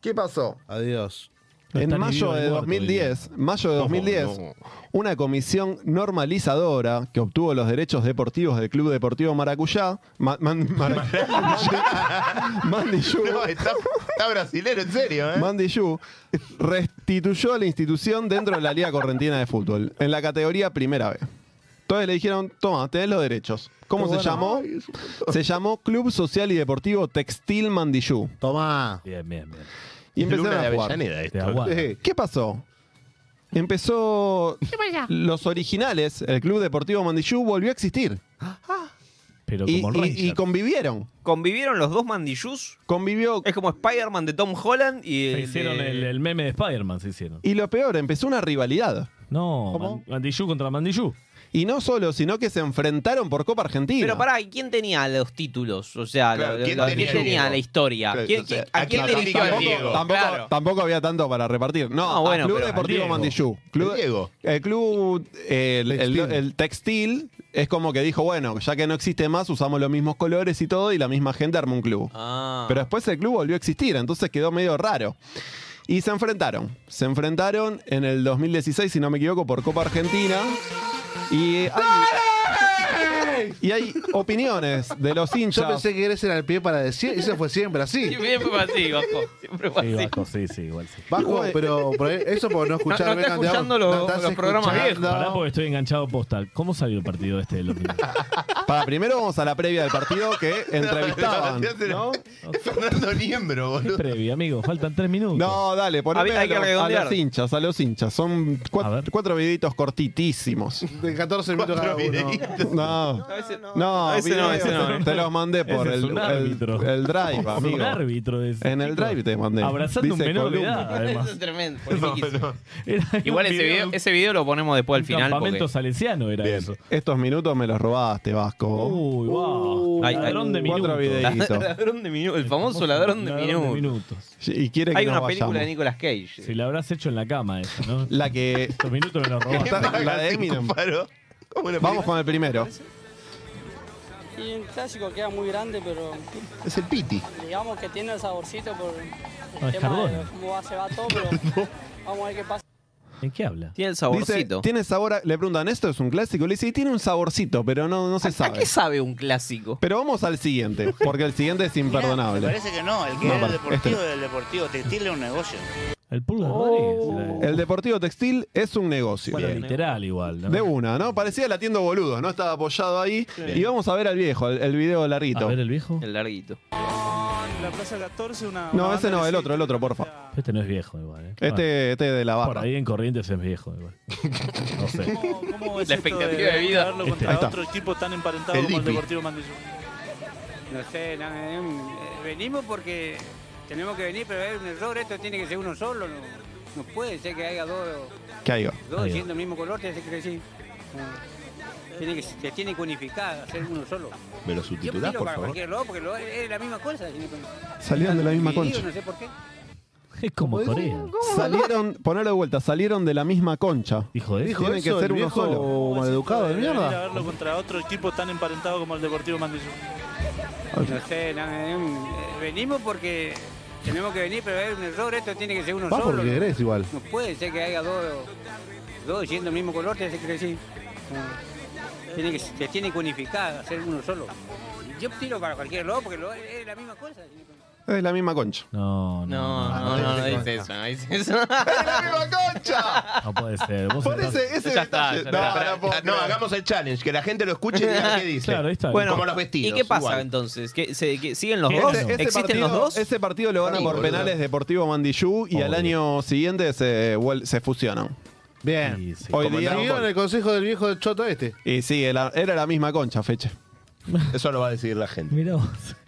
Speaker 4: ¿Qué pasó?
Speaker 13: Adiós.
Speaker 5: No está
Speaker 4: En
Speaker 5: ni
Speaker 4: mayo
Speaker 5: vivo ni
Speaker 4: de
Speaker 5: muerto,
Speaker 4: 2010, mayo de
Speaker 3: No,
Speaker 4: 2010,
Speaker 3: no.
Speaker 4: una comisión normalizadora que obtuvo los derechos deportivos del Club Deportivo Maracuyá, Ma- Man- Mara- Mandiyú,
Speaker 3: No, está, está brasilero, en serio, ¿eh?
Speaker 4: Mandiyú, restituyó a la institución dentro de la Liga Correntina de Fútbol, en la categoría Primera B. Entonces le dijeron, toma, tenés los derechos. ¿Cómo se llamó? Se llamó Club Social y Deportivo Textil Mandillú.
Speaker 13: Tomá.
Speaker 5: Bien, bien, bien.
Speaker 4: Y
Speaker 3: Es Luna
Speaker 4: empezaron
Speaker 3: de
Speaker 4: a jugar.
Speaker 3: Avellaneda
Speaker 5: Te
Speaker 3: esto.
Speaker 5: aguanta.
Speaker 13: Sí.
Speaker 4: ¿Qué pasó? Empezó. Los originales, el Club Deportivo Mandillú, volvió a existir.
Speaker 5: Pero
Speaker 4: Y,
Speaker 5: como
Speaker 4: y- y
Speaker 5: Rangers.
Speaker 4: convivieron.
Speaker 2: ¿Convivieron los dos mandillús?
Speaker 4: Convivió.
Speaker 2: Es como Spider-Man de Tom Holland y
Speaker 5: Se
Speaker 2: el
Speaker 5: hicieron
Speaker 2: de-
Speaker 5: el, el meme de Spider-Man, se hicieron.
Speaker 4: Y lo peor, empezó una rivalidad.
Speaker 5: No,
Speaker 13: ¿Cómo?
Speaker 5: Man- Mandillú contra Mandillú.
Speaker 4: Y no solo, sino que se enfrentaron por Copa Argentina.
Speaker 2: Pero pará, ¿y quién tenía los títulos? O sea,
Speaker 3: Claro,
Speaker 2: lo- lo-
Speaker 3: ¿quién
Speaker 2: lo- ¿quién,
Speaker 3: tenía
Speaker 2: tenía,
Speaker 3: el Diego?
Speaker 2: la historia?
Speaker 3: Claro,
Speaker 2: ¿Quién-
Speaker 3: o sea,
Speaker 2: quién- ¿A
Speaker 3: ¿a
Speaker 2: quién
Speaker 3: quién
Speaker 2: le
Speaker 3: le
Speaker 2: dirigió el
Speaker 3: tampoco-
Speaker 2: Diego?
Speaker 4: Tampoco,
Speaker 2: Claro.
Speaker 4: tampoco había tanto para repartir. No,
Speaker 2: No,
Speaker 4: a
Speaker 2: bueno,
Speaker 4: Club
Speaker 2: pero al
Speaker 4: Deportivo
Speaker 5: Diego.
Speaker 4: Mandillú. Club-
Speaker 3: El Diego.
Speaker 4: El club, eh, el, el-
Speaker 13: Textil.
Speaker 4: el textil, es como que dijo, bueno, ya que no existe más, usamos los mismos colores y todo, y la misma gente armó un club.
Speaker 2: Ah.
Speaker 4: Pero después el club volvió a existir, entonces quedó medio raro. Y se enfrentaron. Se enfrentaron en el 2016, si no me equivoco, por Copa Argentina. Y hay, y hay opiniones de los
Speaker 13: Yo
Speaker 4: hinchas.
Speaker 13: pensé que eres era el pie para decir. Eso fue siempre así.
Speaker 2: Siempre fue así, Vasco. Siempre fue
Speaker 5: Sí,
Speaker 2: así.
Speaker 5: Vasco, sí, sí, igual sí.
Speaker 13: Bajo, pero por ahí- eso por no escuchar.
Speaker 2: No, no
Speaker 13: ven
Speaker 2: está
Speaker 13: and down,
Speaker 2: escuchando los-
Speaker 13: estás
Speaker 2: los programas
Speaker 13: escuchando.
Speaker 5: Pará porque estoy enganchado posta. ¿Cómo salió el partido este del domingo?
Speaker 4: Para primero vamos a la previa del partido que entrevistaban.
Speaker 3: ¿no? Fernando Niembro,
Speaker 5: ¿Qué
Speaker 3: boludo.
Speaker 5: previa, amigo? Faltan tres minutos.
Speaker 4: No, dale, poneme
Speaker 2: Había- hay que
Speaker 4: a, los- a
Speaker 2: redondear.
Speaker 4: los hinchas, a los hinchas. Son
Speaker 5: A
Speaker 4: cuatro,
Speaker 5: ver.
Speaker 4: cuatro videitos cortitísimos.
Speaker 13: De 14 minutos cada
Speaker 3: Cuatro
Speaker 13: uno.
Speaker 3: videitos.
Speaker 4: No, No, no,
Speaker 2: No, ese-
Speaker 4: no,
Speaker 2: no, ese no, ese
Speaker 4: video,
Speaker 2: no.
Speaker 4: te los mandé por
Speaker 5: Ese es
Speaker 4: el,
Speaker 5: un árbitro.
Speaker 4: el, el drive,
Speaker 5: Es un
Speaker 4: amigo.
Speaker 5: árbitro ese,
Speaker 4: en el
Speaker 5: chico.
Speaker 4: drive te mandé.
Speaker 5: Abrazando un
Speaker 4: Dice
Speaker 5: menor de
Speaker 4: columna.
Speaker 5: edad, además.
Speaker 2: Eso es tremendo.
Speaker 5: No,
Speaker 2: polemiquísimo. Igual ese video, ese video lo ponemos después al final.
Speaker 5: Campamento
Speaker 2: porque-
Speaker 5: salesiano era
Speaker 4: Bien.
Speaker 5: eso.
Speaker 4: Estos minutos me los robaste, Vasco.
Speaker 5: Uy, wow.
Speaker 4: Ay, ay,
Speaker 5: ladrón de minutos.
Speaker 4: cuatro videitos.
Speaker 2: Ladrón de minu- el famoso ladrón de minutos.
Speaker 4: Y quiere que
Speaker 2: Hay
Speaker 4: nos
Speaker 2: una película de
Speaker 4: vayamos.
Speaker 2: Nicolas Cage.
Speaker 5: Si la habrás hecho en la cama esa, ¿no?
Speaker 4: La que.
Speaker 5: Estos minutos me los robaste.
Speaker 4: Está- la de Eminem. Vamos con el primero.
Speaker 8: Y el clásico queda muy grande, pero
Speaker 4: Es el Piti.
Speaker 8: digamos que tiene el saborcito por
Speaker 4: No,
Speaker 8: el
Speaker 4: es
Speaker 8: tema de
Speaker 4: Cardona.
Speaker 8: cómo va, se va todo, pero vamos a ver qué pasa.
Speaker 5: ¿En qué habla?
Speaker 2: Tiene el
Speaker 4: Dice,
Speaker 2: saborcito.
Speaker 4: tiene sabor a- le preguntan, ¿esto es un clásico? Le dice, y tiene un saborcito, pero no, no se
Speaker 2: ¿A
Speaker 4: sabe.
Speaker 2: qué sabe un clásico?
Speaker 4: Pero vamos al siguiente, porque el siguiente es
Speaker 9: Me
Speaker 4: imperdonable.
Speaker 9: parece que no, el que
Speaker 4: No,
Speaker 9: era el
Speaker 4: para,
Speaker 9: deportivo
Speaker 4: este.
Speaker 9: del deportivo textil es un negocio.
Speaker 5: El Pulga
Speaker 4: El deportivo textil es un negocio.
Speaker 5: literal igual, ¿no?
Speaker 4: De una, ¿no? Parecía la tienda boludos, ¿no? Estaba apoyado ahí.
Speaker 9: Bien.
Speaker 4: Y vamos a ver al viejo, el, el video larguito.
Speaker 5: A ver el viejo.
Speaker 2: El larguito.
Speaker 9: La Plaza 14 una...
Speaker 4: No, ese Este no, el otro, el otro, porfa.
Speaker 5: Este no es viejo igual, ¿eh? Bueno,
Speaker 4: Este, este de la
Speaker 5: por
Speaker 4: barra.
Speaker 5: ahí en Corrientes es viejo igual. No sé.
Speaker 9: ¿Cómo es
Speaker 2: La
Speaker 9: esto
Speaker 2: expectativa de vida.
Speaker 9: jugarlo
Speaker 5: Este.
Speaker 9: contra
Speaker 5: Ahí está.
Speaker 9: otro equipo tan emparentado
Speaker 5: El
Speaker 9: como el
Speaker 5: Lipi.
Speaker 9: Deportivo Mandillú?
Speaker 22: No sé, no, eh, eh, venimos porque tenemos que venir, pero es un error, esto tiene que ser uno solo, no, no puede ser que haya dos,
Speaker 4: Que ahí va.
Speaker 22: dos siendo el mismo color, tiene que decir. no. Tiene que, se tiene que unificar, hacer uno solo.
Speaker 3: ¿Me lo
Speaker 22: Yo
Speaker 3: subtitulás,
Speaker 22: miro
Speaker 3: por
Speaker 22: para
Speaker 3: favor?
Speaker 22: cualquier lado porque lo- es la misma cosa. si no-
Speaker 4: Salieron de la misma
Speaker 22: dividido,
Speaker 4: concha.
Speaker 22: No sé por qué.
Speaker 5: Es como Corea.
Speaker 4: Salieron, ponelo de vuelta, salieron de la misma concha. Hijo
Speaker 9: de-
Speaker 4: Tienen
Speaker 9: ¿Dijo eso
Speaker 4: que ser
Speaker 9: el
Speaker 4: uno
Speaker 9: viejo
Speaker 4: solo.
Speaker 9: educado
Speaker 4: Maleducado
Speaker 9: A verlo contra otro equipo tan emparentado como el Deportivo Mandillú.
Speaker 22: No sé, no, eh, eh, venimos porque tenemos que venir, pero es un error, esto tiene que ser uno
Speaker 13: Va
Speaker 22: solo.
Speaker 13: porque
Speaker 22: no-
Speaker 13: querés igual.
Speaker 22: No puede ser que haya dos, dos siendo el mismo color, tiene que decir. Tiene que, se tiene que unificar, hacer uno solo. Yo tiro para cualquier lado porque lo- es la misma cosa.
Speaker 4: Es la misma concha.
Speaker 5: No,
Speaker 2: No, no, no, no dice eso, no dice eso.
Speaker 5: No puede ser. Vos
Speaker 3: Pon
Speaker 5: estás-
Speaker 3: ese- ese Ya está, detalle. ya está. No, Pará, no puedo no, creer. hagamos el challenge, que la gente lo escuche y diga qué dice. Claro, ahí está.
Speaker 2: Bueno,
Speaker 3: Como los vestidos,
Speaker 2: ¿Y qué pasa
Speaker 3: igual.
Speaker 2: entonces? ¿Que, se- que ¿Siguen los
Speaker 4: Ese-
Speaker 2: dos?
Speaker 4: ese
Speaker 2: ¿Existen
Speaker 4: Este partido-
Speaker 2: los dos?
Speaker 4: Ese partido lo gana
Speaker 2: Sí,
Speaker 4: por
Speaker 2: boludo.
Speaker 4: penales Deportivo Mandillú
Speaker 5: Oh,
Speaker 4: y al año siguiente se, vuel- se fusionan.
Speaker 13: Bien.
Speaker 4: Hoy
Speaker 13: Como
Speaker 4: día.
Speaker 13: siguió en el consejo del viejo choto este.
Speaker 4: Y sí, era, era la misma concha, Feche.
Speaker 3: Eso lo va a decidir la gente.
Speaker 5: Mirá vos.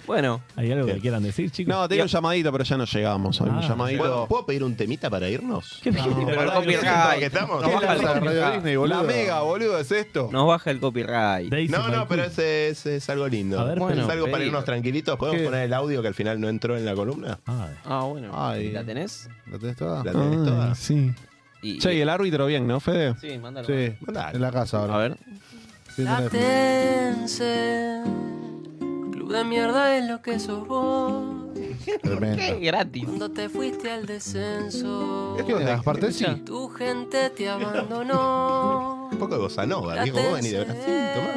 Speaker 2: Bueno.
Speaker 5: ¿Hay algo que quieran decir, chicos?
Speaker 4: No, tenía un llamadito, pero ya no llegamos. hoy. un
Speaker 5: Ah,
Speaker 4: llamadito.
Speaker 3: ¿Puedo, puedo pedir un temita para irnos?
Speaker 5: ¿Qué
Speaker 4: No,
Speaker 2: Pero el
Speaker 4: pará, que no
Speaker 2: copyright.
Speaker 4: sepa que estamos.
Speaker 2: Nos
Speaker 4: ¿Qué
Speaker 2: baja
Speaker 4: es
Speaker 2: el
Speaker 4: la radio
Speaker 2: copyright.
Speaker 4: Disney, boludo? La mega, boludo, es esto.
Speaker 2: Nos baja el copyright.
Speaker 3: No, no, pero ese- ese es, algo lindo.
Speaker 2: A ver, Bueno,
Speaker 3: es algo para
Speaker 2: pedilo.
Speaker 3: irnos tranquilitos. ¿Podemos
Speaker 2: ¿Qué?
Speaker 3: poner el audio que al final no entró en la columna?
Speaker 2: Ah, bueno.
Speaker 3: Ay.
Speaker 2: ¿La tenés?
Speaker 13: ¿La tenés toda?
Speaker 3: La tenés toda.
Speaker 4: Sí.
Speaker 2: Y-
Speaker 4: Che, y el árbitro bien, ¿no, Fede?
Speaker 2: Sí, mándalo.
Speaker 13: Sí, en la casa ahora. A
Speaker 2: ver.
Speaker 23: Platense, club de mierda es lo que sos vos.
Speaker 13: Tremendo.
Speaker 2: gratis.
Speaker 23: Cuando te fuiste al descenso,
Speaker 3: ¿Qué onda, Gaspar? Te sí.
Speaker 23: tu gente te abandonó.
Speaker 3: Un poco de bossa nova, viejo. Vos venís de Brasil, tomá.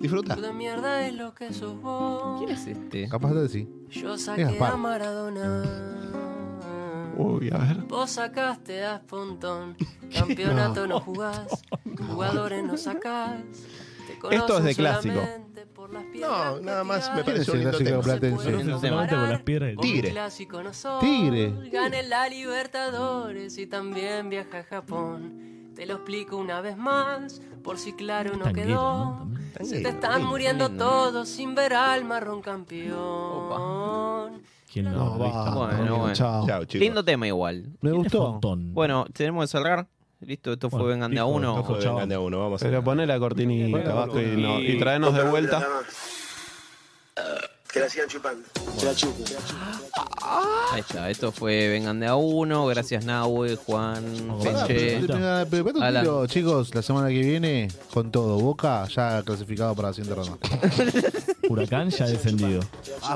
Speaker 3: Disfruta.
Speaker 23: Club de mierda es lo que sos vos.
Speaker 2: ¿Quién es este?
Speaker 13: Capaz de decir.
Speaker 23: Yo
Speaker 13: Es
Speaker 23: saqué
Speaker 13: Gaspar.
Speaker 23: a Maradona.
Speaker 4: Uy, a ver.
Speaker 23: Vos sacaste a Pontón. Campeonato no, jugás, jugadores no sacás. Te
Speaker 4: Esto es de
Speaker 23: conocen
Speaker 4: clásico.
Speaker 23: solamente por las
Speaker 3: No, nada más me
Speaker 23: ¿Quién
Speaker 3: pareció un
Speaker 13: es el
Speaker 3: lindo tema.
Speaker 13: clásico platense? No se
Speaker 23: solamente por las
Speaker 3: piedras
Speaker 23: Un
Speaker 3: Tigre.
Speaker 23: clásico no sos.
Speaker 13: Tigre.
Speaker 23: Gané la Libertadores y también viaja a Japón. Te lo explico una vez más, por si claro no
Speaker 5: Tanguero,
Speaker 23: quedó. Se te
Speaker 5: Tanguero,
Speaker 23: están
Speaker 5: lindo,
Speaker 23: muriendo
Speaker 5: lindo.
Speaker 23: todos sin ver al marrón campeón.
Speaker 5: ¿Quién
Speaker 4: No,
Speaker 5: lo
Speaker 4: va.
Speaker 2: Bueno, bueno.
Speaker 4: Chao. Chao, chicos.
Speaker 2: Lindo tema igual.
Speaker 4: Me gustó.
Speaker 2: Bueno, tenemos que cerrar. Listo, esto fue
Speaker 3: Bueno,
Speaker 2: Vengan de a
Speaker 3: listo,
Speaker 2: uno.
Speaker 3: esto fue Vengan de a uno, vamos a
Speaker 4: Pero poné la cortinita, Vasco, y, no- y traenos de vuelta.
Speaker 9: Que la sigan chupando. Se la chupen.
Speaker 2: Ahí está, esto fue Vengan de a uno. Gracias, Nahue, Juan,
Speaker 13: Ah, Pará,
Speaker 2: Peche.
Speaker 13: pero- pero- pero- pero-
Speaker 2: Alan.
Speaker 13: tiro, chicos, la semana que viene, con todo, Boca ya clasificado para la siguiente ronda.
Speaker 5: Huracán ya descendido.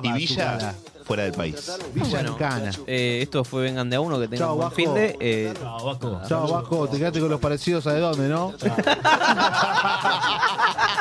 Speaker 3: Y Villa fuera del país.
Speaker 2: Bueno, eh, esto fue Vengan de a uno. Que tengan
Speaker 13: Chao,
Speaker 2: buen
Speaker 13: Vasco.
Speaker 2: fin de. eh,
Speaker 13: Chao, Vasco, te quedaste con los parecidos a de dónde, ¿no?